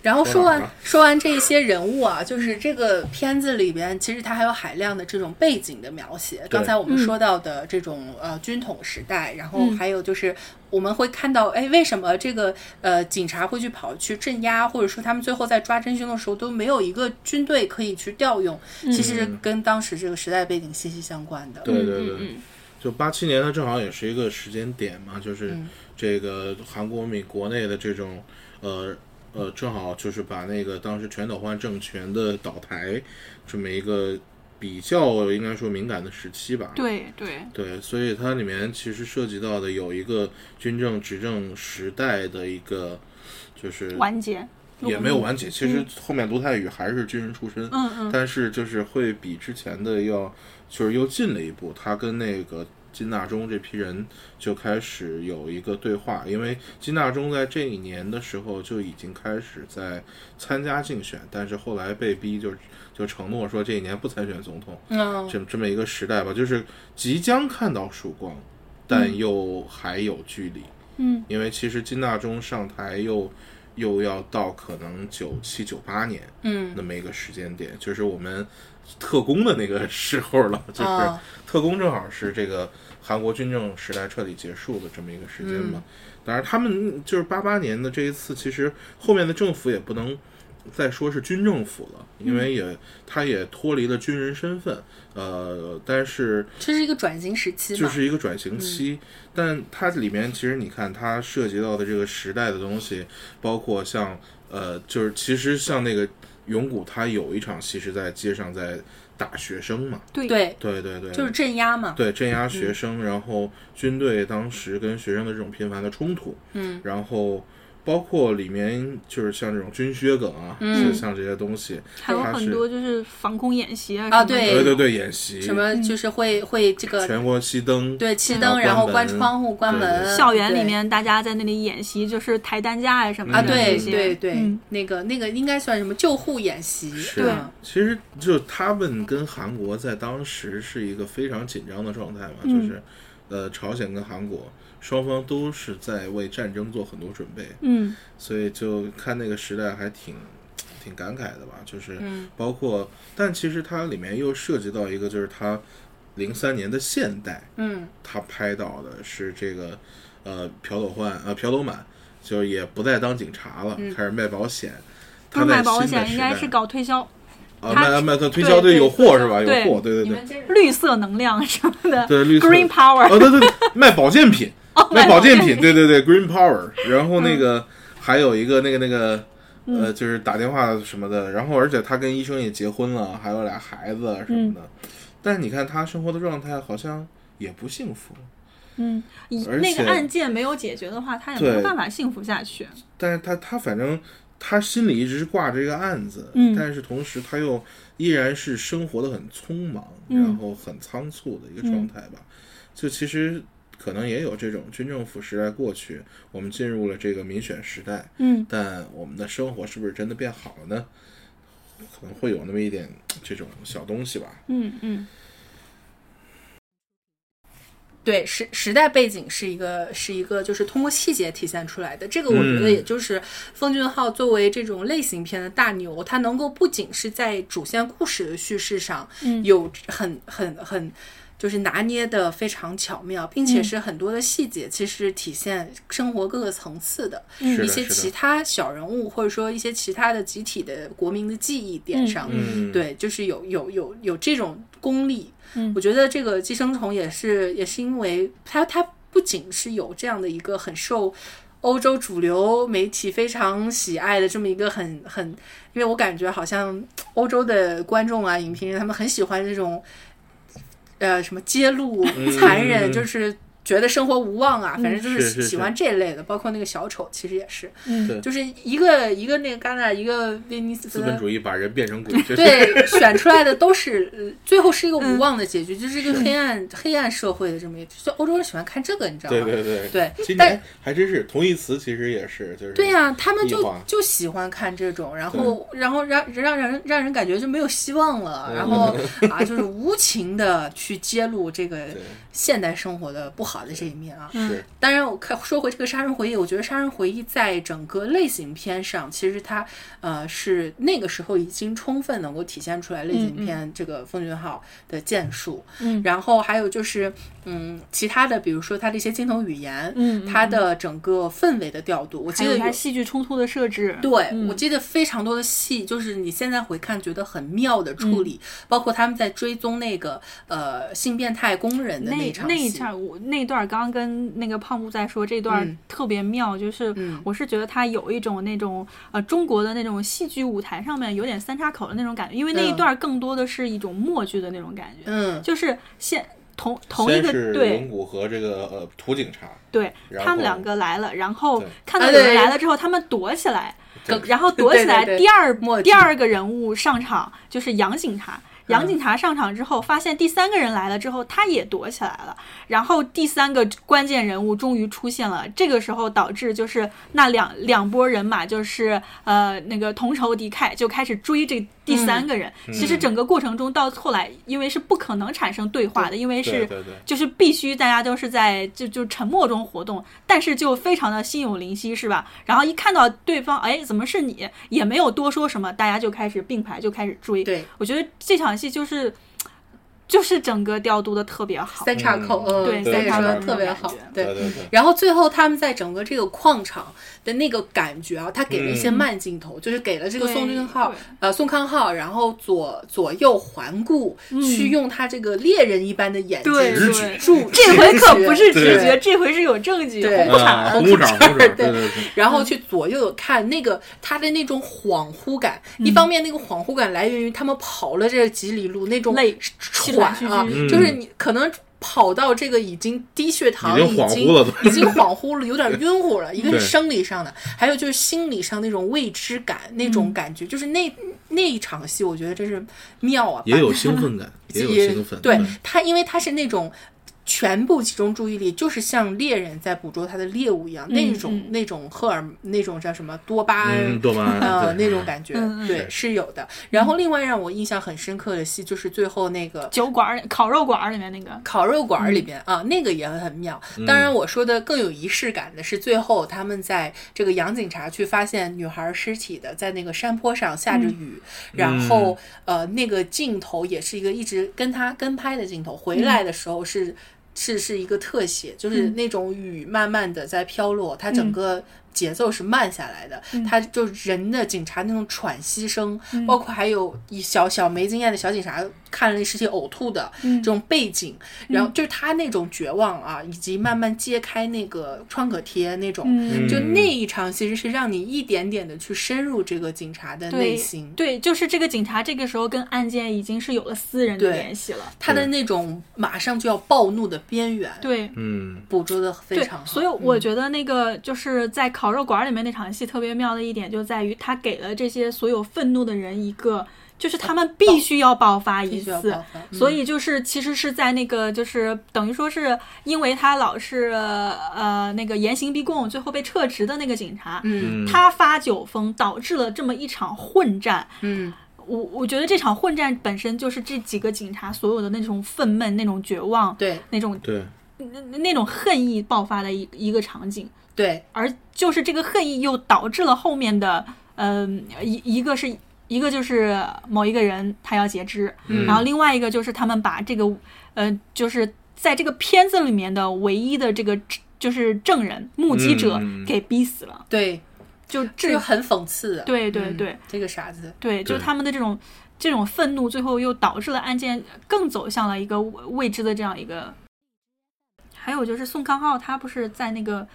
然后
说
说
哪儿
完
了
说完这些人物啊，就是这个片子里边，其实它还有海量的这种背景的描写。刚才我们
嗯
说到的这种、呃军统时代，然后
嗯
还有就是我们会看到，哎，为什么这个呃警察会去跑去镇压，或者说他们最后在抓真凶的时候都没有一个军队可以去调用？其实跟当时这个时代背景息息相关的。
对对对，
嗯嗯
就八七年，它正好也是一个时间点嘛，就是
嗯
这个韩国民国内的这种呃呃，正好就是把那个当时全斗焕政权的倒台这么一个比较应该说敏感的时期吧。
对对，
对，所以它里面其实涉及到的有一个军政执政时代的一个，就是
完结。
也没有完结。其实后面卢泰愚还是军人出身，
嗯嗯
但是就是会比之前的要，就是又进了一步。他跟那个金大中这批人就开始有一个对话，因为金大中在这一年的时候就已经开始在参加竞选，但是后来被逼就就承诺说这一年不参选总统，
哦
嗯，
这么这么一个时代吧，就是即将看到曙光，但又还有距离。
嗯，
因为其实金大中上台又又要到可能九七九八年，
嗯，
那么一个时间点，就是我们特工的那个 时候了，就是、
啊
特工正好是这个韩国军政时代彻底结束的这么一个时间嘛。当然，他们就是八八年的这一次，其实后面的政府也不能再说是军政府了，因为也他也脱离了军人身份，呃，但是
这是一个转型时期嘛。
就是一个转
嗯
型期，但它里面其实你看它涉及到的这个时代的东西，包括像呃，就是其实像那个永谷，他有一场戏是在街上在打学生嘛，
对，
对，
对对对，
就是嗯镇压嘛。
对镇压学生，然后军队当时跟学生的这种频繁的冲突，
嗯，
然后包括里面就是像这种军靴梗啊，
嗯
就像这些东西，
还有
它
很
是
多就是防空演习啊
啊
什么的
对
对对对演习，
什么就是会会这个
全国熄灯，
对，熄
嗯
灯，然后
关
关
门
窗户、关
对对
门。
校园里
对
面大家在那里演习，就是抬担架啊什么的
啊，
这
对
些
对对
嗯，
那个那个应该算什么救护演习？
是
对
啊
其实就他们跟韩国在当时是一个非常紧张的状态嘛，
嗯
就是呃，朝鲜跟韩国双方都是在为战争做很多准备，
嗯。
所以就看那个时代还挺挺感慨的吧，就是
嗯
包括，但其实它里面又涉及到一个，就是它零三年的现代，
嗯，
他拍到的是这个呃朴斗焕呃朴斗满，就是也不再当警察了，开始卖保险。
不
他
是
在
嗯卖保
新的
险，
时
应
代
该是搞推销，
啊，
他
卖卖推
对
销
对
有货是吧？有
对
货，对对
你
对
们，这是
绿色能量什么的
对绿色
，Green
哦
Power，
对对对，卖保健品，卖
卖
保
保
健
健嗯
品，对对对，Green Power。然后那个还有一个那个那个呃，就是打电话什么的。然后而且他跟医生也结婚了，还有俩孩子啊什
嗯
么的。但你看他生活的状态好像也不幸福，
嗯，以
而
那
且
个案件没有解决的话，他也没
对
有办法幸福下去。
但是他他反正他心里一直是挂着这个案子，
嗯
但是同时他又依然是生活的很匆忙，
嗯
然后很仓促的一个状态吧。就其实可能也有这种军政府时代过去，我们进入了这个民选时代，
嗯，
但我们的生活是不是真的变好了呢？可能会有那么一点这种小东西吧。
嗯嗯，
对时时代背景是一个是一个，就是通过细节体现出来的。这个我觉得
嗯
也就是奉俊昊作为这种类型片的大牛，他能够不仅是在主线故事的叙事上
嗯
有很很很就是拿捏的非常巧妙，并且
嗯
是很多的细节其实体现生活各个层次的。
是的，
嗯一些
是
其
的，
他小人物，或者说一些其他的集体的国民的记忆
嗯
点上，
嗯，
对，就是有有有有这种功力。
嗯
我觉得这个寄生虫也是也是因为它它不仅是有这样的一个很受欧洲主流媒体非常喜爱的这么一个很很，因为我感觉好像欧洲的观众啊、影评人他们很喜欢这种呃什么揭露
嗯
残忍，
嗯
就是。觉得生活无望啊，反正就是
是是
喜欢这类的，包括那个小丑，其实也是，
嗯
对
就是一个一个那个戛纳，一个威尼斯，
资本主义把人变成 鬼，这是
对，选出来的都 是呃最后是一个无望的结
嗯
局，就是一个黑暗黑暗社会的这么一个，就欧洲人喜欢看这个，你知道吗？
对对对
对
今
但
年还真是同义词，其实也是就是
对呀、他们
异
就
化
就喜欢看这种，然后然后让让人让人感觉就没有希望了，
嗯
然后啊，就是无情的去揭露这个
对
现代生活的不好的这一面啊。
是
当然，我看说回这个《杀人回忆》，我觉得《杀人回忆》在整个类型片上，其实它呃是那个时候已经充分能够体现出来类型片这个奉俊昊的建树。
嗯
然后还有就是嗯，其他的，比如说它的一些镜头语言，
嗯嗯
它的整个氛围的调度，我记
嗯还
得
有嗯
有
它戏剧冲突的设置，
对，我记得非常多的戏，就是你现在回看觉得很妙的处理，
嗯
包括他们在追踪那个呃性变态工人的
那
一场
那
戏，
一场，我那一段儿刚刚跟那个胖木在说，这段儿
嗯
特别妙，就是
嗯
我是觉得他有一种那种呃中国的那种戏剧舞台上面有点三岔口的那种感觉，因为那一
啊
嗯
段儿更多的是一种默剧的那种感觉，
嗯，
就是先同同一
先
个
是
对
龙骨和这个呃土警察，
对，
然
他们
后
两个来了，然后
对
看到
啊
有人
对
来了之后，他们躲起来，呃
对
然后躲起来，
对对对
第二
默
第
契
二个人物上场就是杨警察。
嗯
杨警察上场之后，发现第三个人来了之后，他也躲起来了。然后第三个关键人物终于出现了，这个时候导致就是那两两拨人马，就是呃那个同仇敌忾，就开始追这第
嗯
三个人。
嗯
其实整个过程中到后来，因为是不可能产生对话的，因为是
对对对，
就是必须大家都是在就就沉默中活动，但是就非常的心有灵犀，是吧？然后一看到对方，哎，怎么是你？也没有多说什么，大家就开始并排，就开始追。
对，
我觉得这场戏就是就是整个调度的特别好，
三岔口，嗯，
对
所
三
以
岔
说
口
特别好
那种感觉，
对对 对
然后最后他们在整个这个矿场的那个感觉啊，他给了一些
嗯
慢镜头，就是给了这个
对
宋俊浩
对，
呃，宋康昊，然后左左右环顾，去用他这个猎人一般的眼睛
嗯对
直
去
对，
注
这回可不是
对
直觉，这回是有证据，
对
红裤衩
啊，
儿
红裤衩儿，红裤衩儿，
对
对对对，
然
嗯
后去左右看那个他的那种恍惚感，
嗯
一方面那个恍惚感来源于他们跑了这几里路那种
累
喘啊
气喘吁，嗯
吁
就是你可能。跑到这个已经低血糖，
已
已
经
经
恍惚
已经恍惚
了
了，有点晕乎了。一个
对
是生理上的，还有就是心理上那种未知感，那种
嗯
感觉，就是那那一场戏，我觉得真是妙啊！
也有兴 奋感，也有兴奋，
对他，因为他是那种全部集中注意力，就是像猎人在捕捉他的猎物一样，那种、
嗯
那种荷尔那种叫什么多巴胺。
嗯，多巴
呃，
胺，对
那种感觉，
嗯嗯
对，是有的。然后另外让我印象很深刻的戏，就是最后那个
酒馆儿烤肉馆儿里面那个，
烤肉馆儿里边、啊，那个也很妙。当然，我说的更有仪式感的是，最后他们在这个杨警察去发现女孩尸体的，在那个山坡上下着雨，然后呃，那个镜头也是一个一直跟他跟拍的镜头，回来的时候是。是是一个特写，就是那种雨慢慢的在飘落，它整个节奏是慢下来的，它就人的警察那种喘息声，包括还有一小小没经验的小警察看了那尸体呕吐的、
嗯
这种背景，然后就是他那种绝望啊，以及慢慢揭开那个创可贴那种，
嗯
就
嗯
那一场其实是让你一点点的去深入这个警察的内
对
心，
对，就是这个警察这个时候跟案件已经是有了私人的
对
联系了，
他的
对
那种马上就要暴怒的边缘，
对，
嗯，
捕捉的非
对
常，好。嗯
所以我觉得那个就是在烤肉馆里面那场戏特别妙的一点，就在于他给了这些所有愤怒的人一个，就是他们必须要爆发一
必须要
次
爆。发
所
嗯
以就是，其实是在那个，就是等于说是因为他老是呃那个严刑逼供，最后被撤职的那个警察，
嗯
嗯
他发酒疯，导致了这么一场混战。
嗯
我我觉得这场混战本身就是这几个警察所有的那种愤懑、那种绝望、
对
那种
对，
嗯
那那种恨意爆发的一一个场景，
对，
而就是这个恨意又导致了后面的，嗯、一一个是一个就是某一个人他要截肢，
嗯
然后另外一个就是他们把这个，呃，就是在这个片子里面的唯一的这个就是证人目击者
嗯嗯嗯
给逼死了，
对，
就
这
这
个很讽刺的。
对对
嗯
对、
这个傻子，
对，就
对
他们的这种这种愤怒，最后又导致了案件更走向了一个未未知的这样一个。还有就是宋康昊，他不是在那个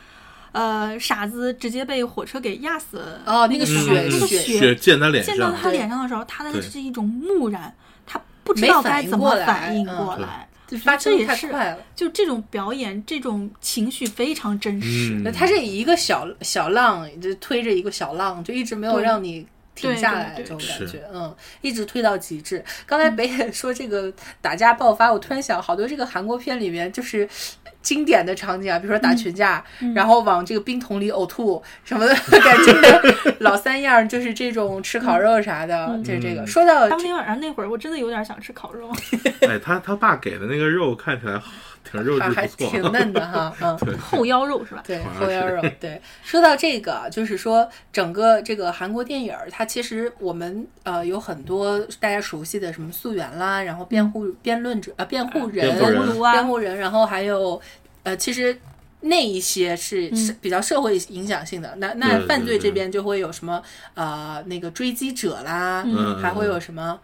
呃傻子直接被火车给压死
哦那
那
个
时候
血
那个
血
嗯血溅他脸
溅到
上，
他
对
脸上的时候，他的
对
这是一种木然，他不知
没
道
反
该
应
怎
过
么
来
反应
嗯
过
对
来。
这发
这
生
也
得太
是
快了。
就这种表演，这种情绪非常真实。
嗯，
他这一个小小浪就推着一个小浪，就一直没有
对
让你。停下来
对
这
对
种
对
感
是
觉，嗯，一直推到极致。刚才北
嗯
野说这个打架爆发，我突然想，好多这个韩国片里面就是经典的场景啊，比如说
嗯
打群架，然后往这个冰桶里呕吐什么的感 觉，老三样就是这种吃烤肉啥的，就是这
嗯
个。说到
嗯当天晚上那会儿，我真的有点想吃烤肉。
哎，他他爸给的那个肉看起来挺肉质
啊，还
不错，
挺嫩的 哈，嗯。
后腰肉是吧？
对，
好像
后腰
是
肉。对，说到这个，啊就是说整个这个韩国电影儿，它其实我们呃有很多大家熟悉的什么溯源啦，然后辩护辩论者啊、呃辩护人、
嗯辩护人
熔炉啊，
辩护人，然后还有呃，其实那一些
嗯
是是比较社会影响性的。那
对
那
对
犯罪
对
这边就会有什么呃那个追击者啦，
嗯
还会有什么。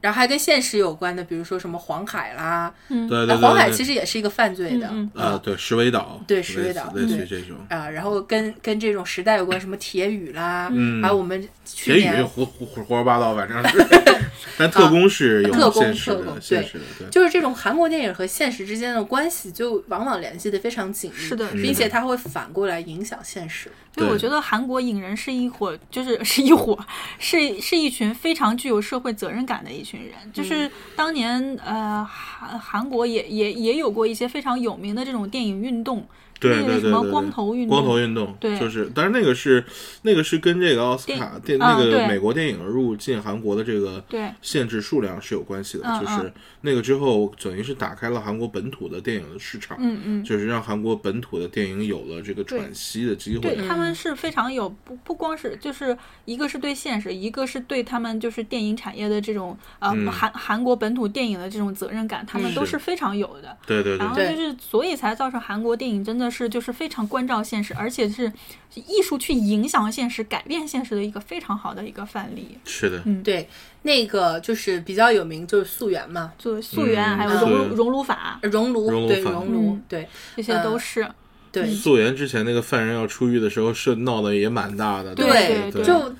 然后还跟现实有关的，比如说什么黄海啦，
嗯，
对对
呃
对，
黄海
对
其实也是一个犯罪的，
嗯
啊，对，石尾岛，
对石尾岛
类似类
对
似于这种，
啊，然后跟跟这种时代有关，什么铁雨啦，
嗯
还有我们
铁
去
宇
年
胡胡胡胡说八道，反正是， 但特工是有
特工
现实
特工
的，现实的，对，
就是这种韩国电影和现实之间的关系，就往往联系的非常紧密，
是的是
并且
的
它会反过来影响现实。
对，我
对
觉得韩国影人是一伙，就是 是一伙，是是一群非常具有社会责任感的一群人。
嗯
就是当年呃韩韩国也也也有过一些非常有名的这种电影运动，
对
那
对
个
对
什
对
么
对，
光头运动，
光头运动，
对
就是，但是那个是那个是跟这个奥斯卡电
啊
那个
对
美国电影入进韩国的这个
对
限制数量是有关系的
嗯，
就是那个之后等于是打开了韩国本土的电影的市场，
嗯嗯，
就是让韩国本土的电影有了这个
对
喘息的机
对
会，
他们是非常有不不光是就是一个是对现实，一个是对他们就是电影产业的这种呃、
嗯
韩韩国本土电影的这种责任感，他们
嗯
都
是
是非常有的。
对对对
然后
对
就是，所以才造成韩国电影真的是就是非常关照现实，而且是艺术去影响现实、改变现实的一个非常好的一个范例。
是的，
对，那个就是比较有名，就是溯源嘛，呃
就是溯源，
嗯
还有熔
嗯
炉熔炉法，
熔炉，
熔炉
对
法
熔炉
嗯，
对
这些都是。
对
素媛之前那个犯人要出狱的时候，是闹得也蛮大的。
对
对，
就。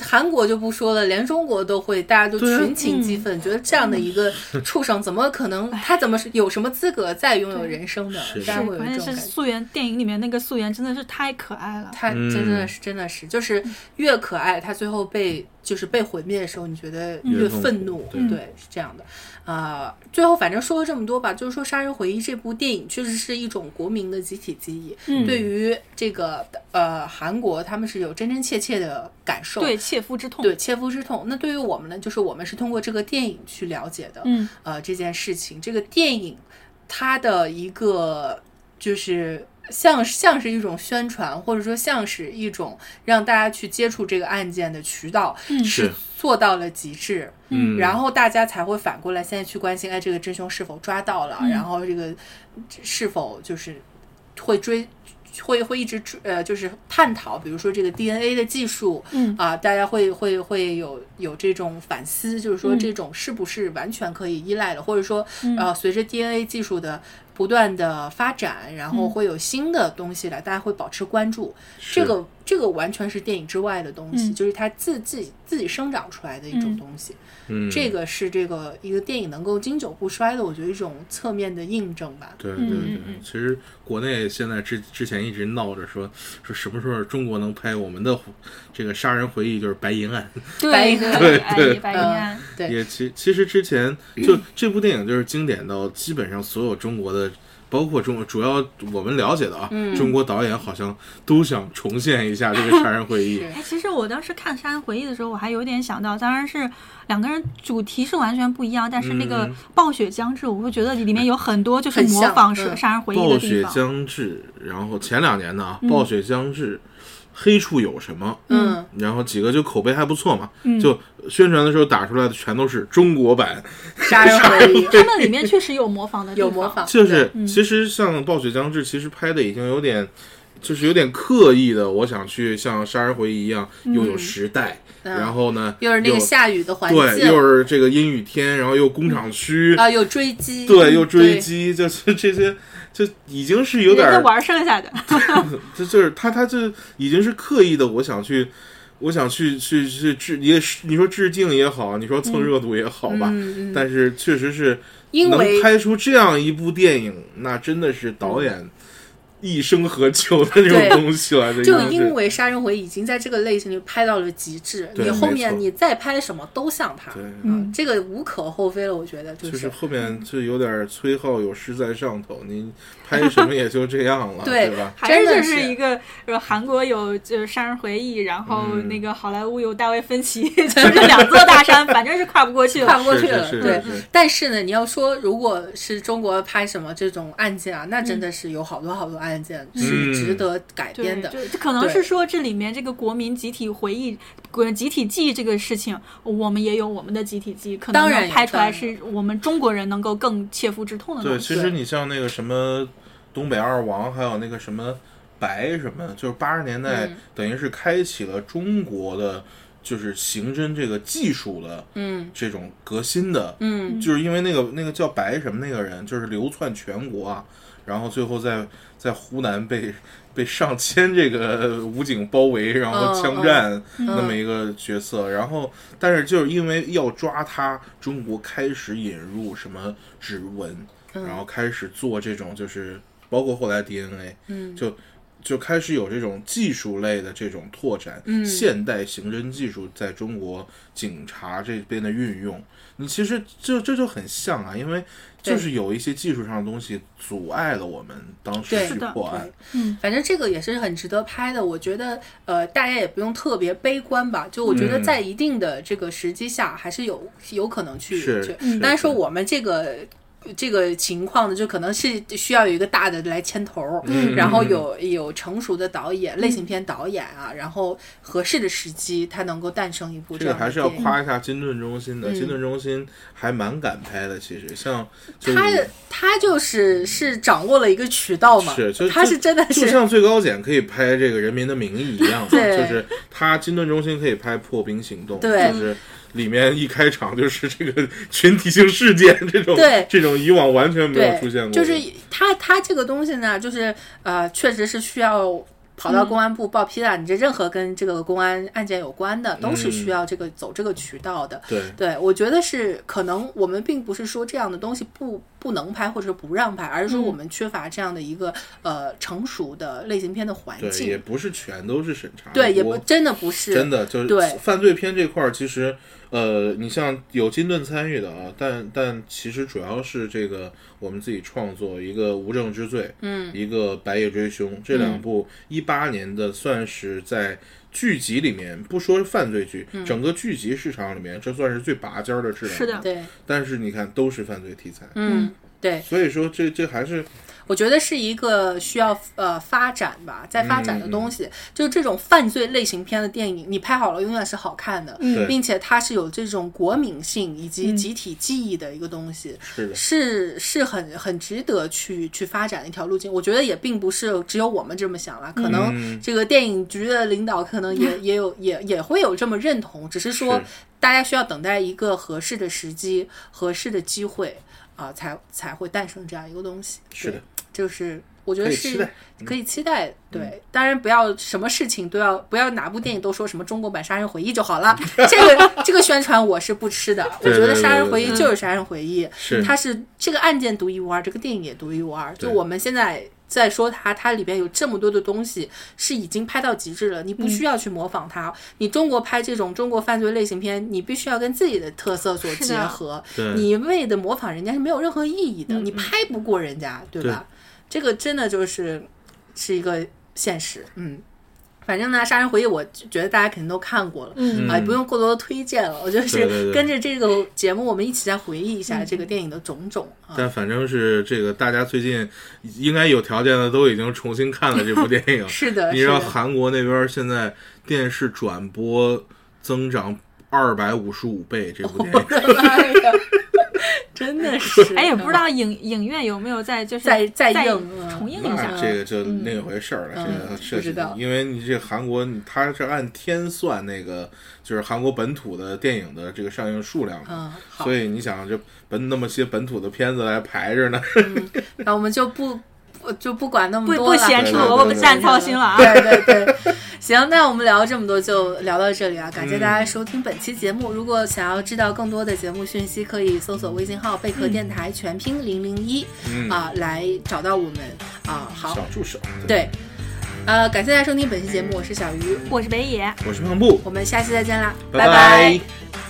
韩国就不说了，连中国都会，大家都
对啊
群情激
嗯
愤，觉得这样的一个畜生，怎么可能？他怎么是有什么资格再拥有
哎对
人生呢？
是
大家
是
会有
关
这
键
种
是
感觉。
溯源电影里面那个溯源真的是太可爱了。
他
嗯
真的是真的是，就是越可爱，他最后被就是被毁灭的时候，你觉得
嗯
越
越
痛苦
愤怒，
对
对，是这样的。啊，最后反正说了这么多吧，就是说《杀人回忆》这部电影确实是一种国民的集体记忆，
嗯
对于这个呃韩国他们是有真真切切的感受，
对，切肤之痛。
对，切肤之痛。那对于我们呢，就是我们是通过这个电影去了解的，
嗯，
呃，这件事情，这个电影它的一个就是像像是一种宣传，或者说像是一种让大家去接触这个案件的渠道，
嗯
是
是
做到了极致。
嗯，
然后大家才会反过来现在去关心，哎，这个真凶是否抓到了，
嗯
然后这个是否就是会追。会会一直追呃，就是探讨，比如说这个 DNA 的技术，
嗯
啊、大家会会会有有这种反思，就是说
嗯
这种是不是完全可以依赖的，或者说
嗯
呃，随着 DNA 技术的不断的发展，然后
嗯
会有新的东西来，大家会保持关注。
是
这个这个完全是电影之外的东西，
嗯
就是它自自己自己生长出来的一种
嗯
东西。
嗯
这个是这个一个电影能够经久不衰的，我觉得一种侧面的印证吧。
对对
嗯
对
嗯嗯，
其实国内现在之之前一直闹着说说什么时候中国能拍我们的这个杀人回忆，就是白银案。
白
对
对
对，白银
嗯
安，
对
也其其实之前就这部电影就是经典到基本上所有中国的。包括中主要我们了解的啊，
嗯
中国导演好像都想重现一下这个《杀人 回忆》
是
哎，其实我当时看《杀人回忆》的时候，我还有点想到，当然是两个人主题是完全不一样，但是那个
嗯
暴雪将至，我会觉得里面有很多就是
很
模
像
仿是
嗯
杀人回忆》
暴
的地
雪
方。嗯
将至，然后前两年呢，啊，暴雪将至，黑处有什么？
嗯，
然后几个就口碑还不错嘛，
嗯
就宣传的时候打出来的全都是中国版，
杀人回忆
他们里面确实有模仿的 地
有
方，
模仿，
就是其实像《暴雪将至》，其实拍的已经有点，就是有点刻意的，我想去像《杀人回忆》一样，又有时代，然后呢
嗯对又是那个下雨的环境，
对，又是这个阴雨天，然后又工厂区，
啊，有追击，
对，又追击，就是这些，就已经是有点
人家
儿
玩剩下的。
这就是他，他这已经是刻意的，我想去，我想去去去致，也是你说致敬也好，你说蹭热度也好吧，
嗯
但是确实是
因
能
为
拍出这样一部电影，那真的是导演一生何求的这种
嗯对
东西了。这
就
个
因
是
为《杀人回忆》已经在这个类型里拍到了极致，
对
你后
没
面
错
你再拍什么都像他，
对
嗯，这个无可厚非了，我觉得就
就是
是。
后面就有点崔颢有诗在上头，你拍什么也就这 样了，
对
吧？
还
真
是就
的
是
是
一个，呃，韩国有就是《杀人回忆》，然后
嗯
那个好莱坞有大卫 芬奇，就是两座大山，反正是跨不过去
跨
了。
不过去了，
是是是
对
是。
但是呢，你要说如果是中国拍什么这种案件啊，那真的是有好多好多案件
嗯
是值得改
对，
编的。
就就可能
对
是说这里面这个国民集体回忆、国集体记忆这个事情，我们也有我们的集体记忆，可能
当然
能
有
拍出
当
来
然
是我们中国人能够更切肤之
嗯
痛的
对，
东西。
其实你像那个什么东北二王，还有那个什么白什么，就是八十年代，
嗯
等于是开启了中国的就是刑侦这个技术的
嗯
这种革新的，
嗯，
就是因为那个那个叫白什么那个人，就是流窜全国啊，然后最后在在湖南被。被上千这个 武警包围，然后
嗯
枪
嗯
战那么一个角色，然后但是就是因为要抓他，中国开始引入什么指纹，
嗯
然后开始做这种就是包括后来 DNA，嗯，就就开始有这种技术类的这种拓展，嗯，现代刑侦技术在中国警察这边的运用，你其实这这就很像啊，因为就是有一些技术上的东西阻碍了我们当时
对
去
是的
破案
对，，反正这个也是很值得拍的。我觉得，呃，大家也不用特别悲观吧。就我觉得，
嗯
在一定的这个时机下，还是有有可能去
是
去
是。
当嗯然说
是
我们这个。这个情况呢，就可能是需要有一个大的来牵头儿，
嗯
然后有有成熟的导演、类型片导演啊，然后合适的时机，它能够诞生一部
这
样
个
的
还是要
电影
夸一下金盾中心
嗯
的，金盾中心还蛮敢拍的，其实像就是
他他就是是掌握了一个渠道嘛，
是，就
他
就是
真的
就是像最高检可以拍这个《人民的名义》一样嘛，就
对
是他金盾中心可以拍《破冰行动》，
对
就是里面一开场就是这个群体性事件这种，
对
这种以往完全没有
对，
出现过的，
就是他他这个东西呢，就是呃，确实是需要跑到公安部报批的。你这任何跟这个公安案件有关的，都是
嗯
需要这个、走这个渠道的。
对。
对，我觉得是可能我们并不是说这样的东西不不能拍或者不让拍，而是说我们缺乏这样的一个、呃成熟的类型片的环
对，也
境。
不是全都是审查的锅，
对，也不真的不是
真的就是
对
犯罪片这块儿，其实呃，你像有金盾参与的啊，但但其实主要是这个我们自己创作一个《无证之罪》，嗯，一个《白夜追凶》这
嗯
两部一八年的，算是在剧集里面不说是犯罪剧，
嗯
整个剧集市场里面这算是最拔尖儿的质量。
是的
对，
但是你看都是犯罪题材，
嗯，对。
所以说这这还是
我觉得是一个需要呃发展吧，在发
嗯
展的东西，就这种犯罪类型片的电影，你拍好了永远是好看的，
嗯对
并且它是有这种国民性以及集体记忆的一个东西，
是的。
是是很很值得去去发展的一条路径。我觉得也并不是只有我们这么想啦，可
嗯
能这个电影局的领导可能也、也有也也会有这么认同，只是说
是
大家需要等待一个合适的时机、合适的机会啊、才才会诞生这样一个东西。
是的
对，就是我觉得
可以期
是
待嗯
可以期待。对，当然不要什么事情都要不要哪部电影都说什么中国版《杀人回忆》就好 了，这个这个宣传我是不吃的。我
对
觉得
对
《杀
对
人
对
回忆
对》
就是《杀人回忆》，
是
它是这个案件独一无二，这个电影也独一无二。就
对
我们现在在说它，它里边有这么多的东西是已经拍到极致了，你
嗯
不需要去模仿它。你中国拍这种中国犯罪类型片，你必须要跟自己的特色做
是
结
的
合，
对嗯
你一味的模仿人家是没有任何意义的，你拍不过人家，对吧？这个真的就是是一个现实，嗯。反正呢，《杀人回忆》我觉得大家肯定都看过了，
嗯
啊，也不用过多的推荐了。我就
对对
是
对嗯
跟着这个节目，我们一起来回忆一下这个电影的种种啊。。
但反正是这个，大家最近应该有条件的都已经重新看了这部电 影
是的，
你
是
知道
的，
韩国那边现在电视转播增长二百五十五倍，这部电
哦
影
妈呀真的 是，
哎，也不知道影影院有没有在就是
再再
再
映嗯
重映一下
那。啊这个就那回事儿了，
嗯
这个涉
不知
及
道，
因为你这韩国，你它是按天算那个，就是韩国本土的电影的这个上映数量
嗯
嘛，，
好
所，以你想这本那么些本土的片子来排着呢，
那我们就不不就不管那么
不
多
不
了。
嫌弃
对对
萝卜
对
不占操心了啊！
对对对，行，那我们聊这么多就聊到这里啊，感谢大
嗯
家收听本期节目。如果想要知道更多的节目讯息，可以搜索微信号“贝
嗯
壳电台全拼零零一
嗯”，
啊，来找到我们啊。好，
小助手，，嗯
对，呃，感谢大家收听本期节目，我是小鱼，
我是北野，
我是胖布，
我们下期再见啦，
拜
拜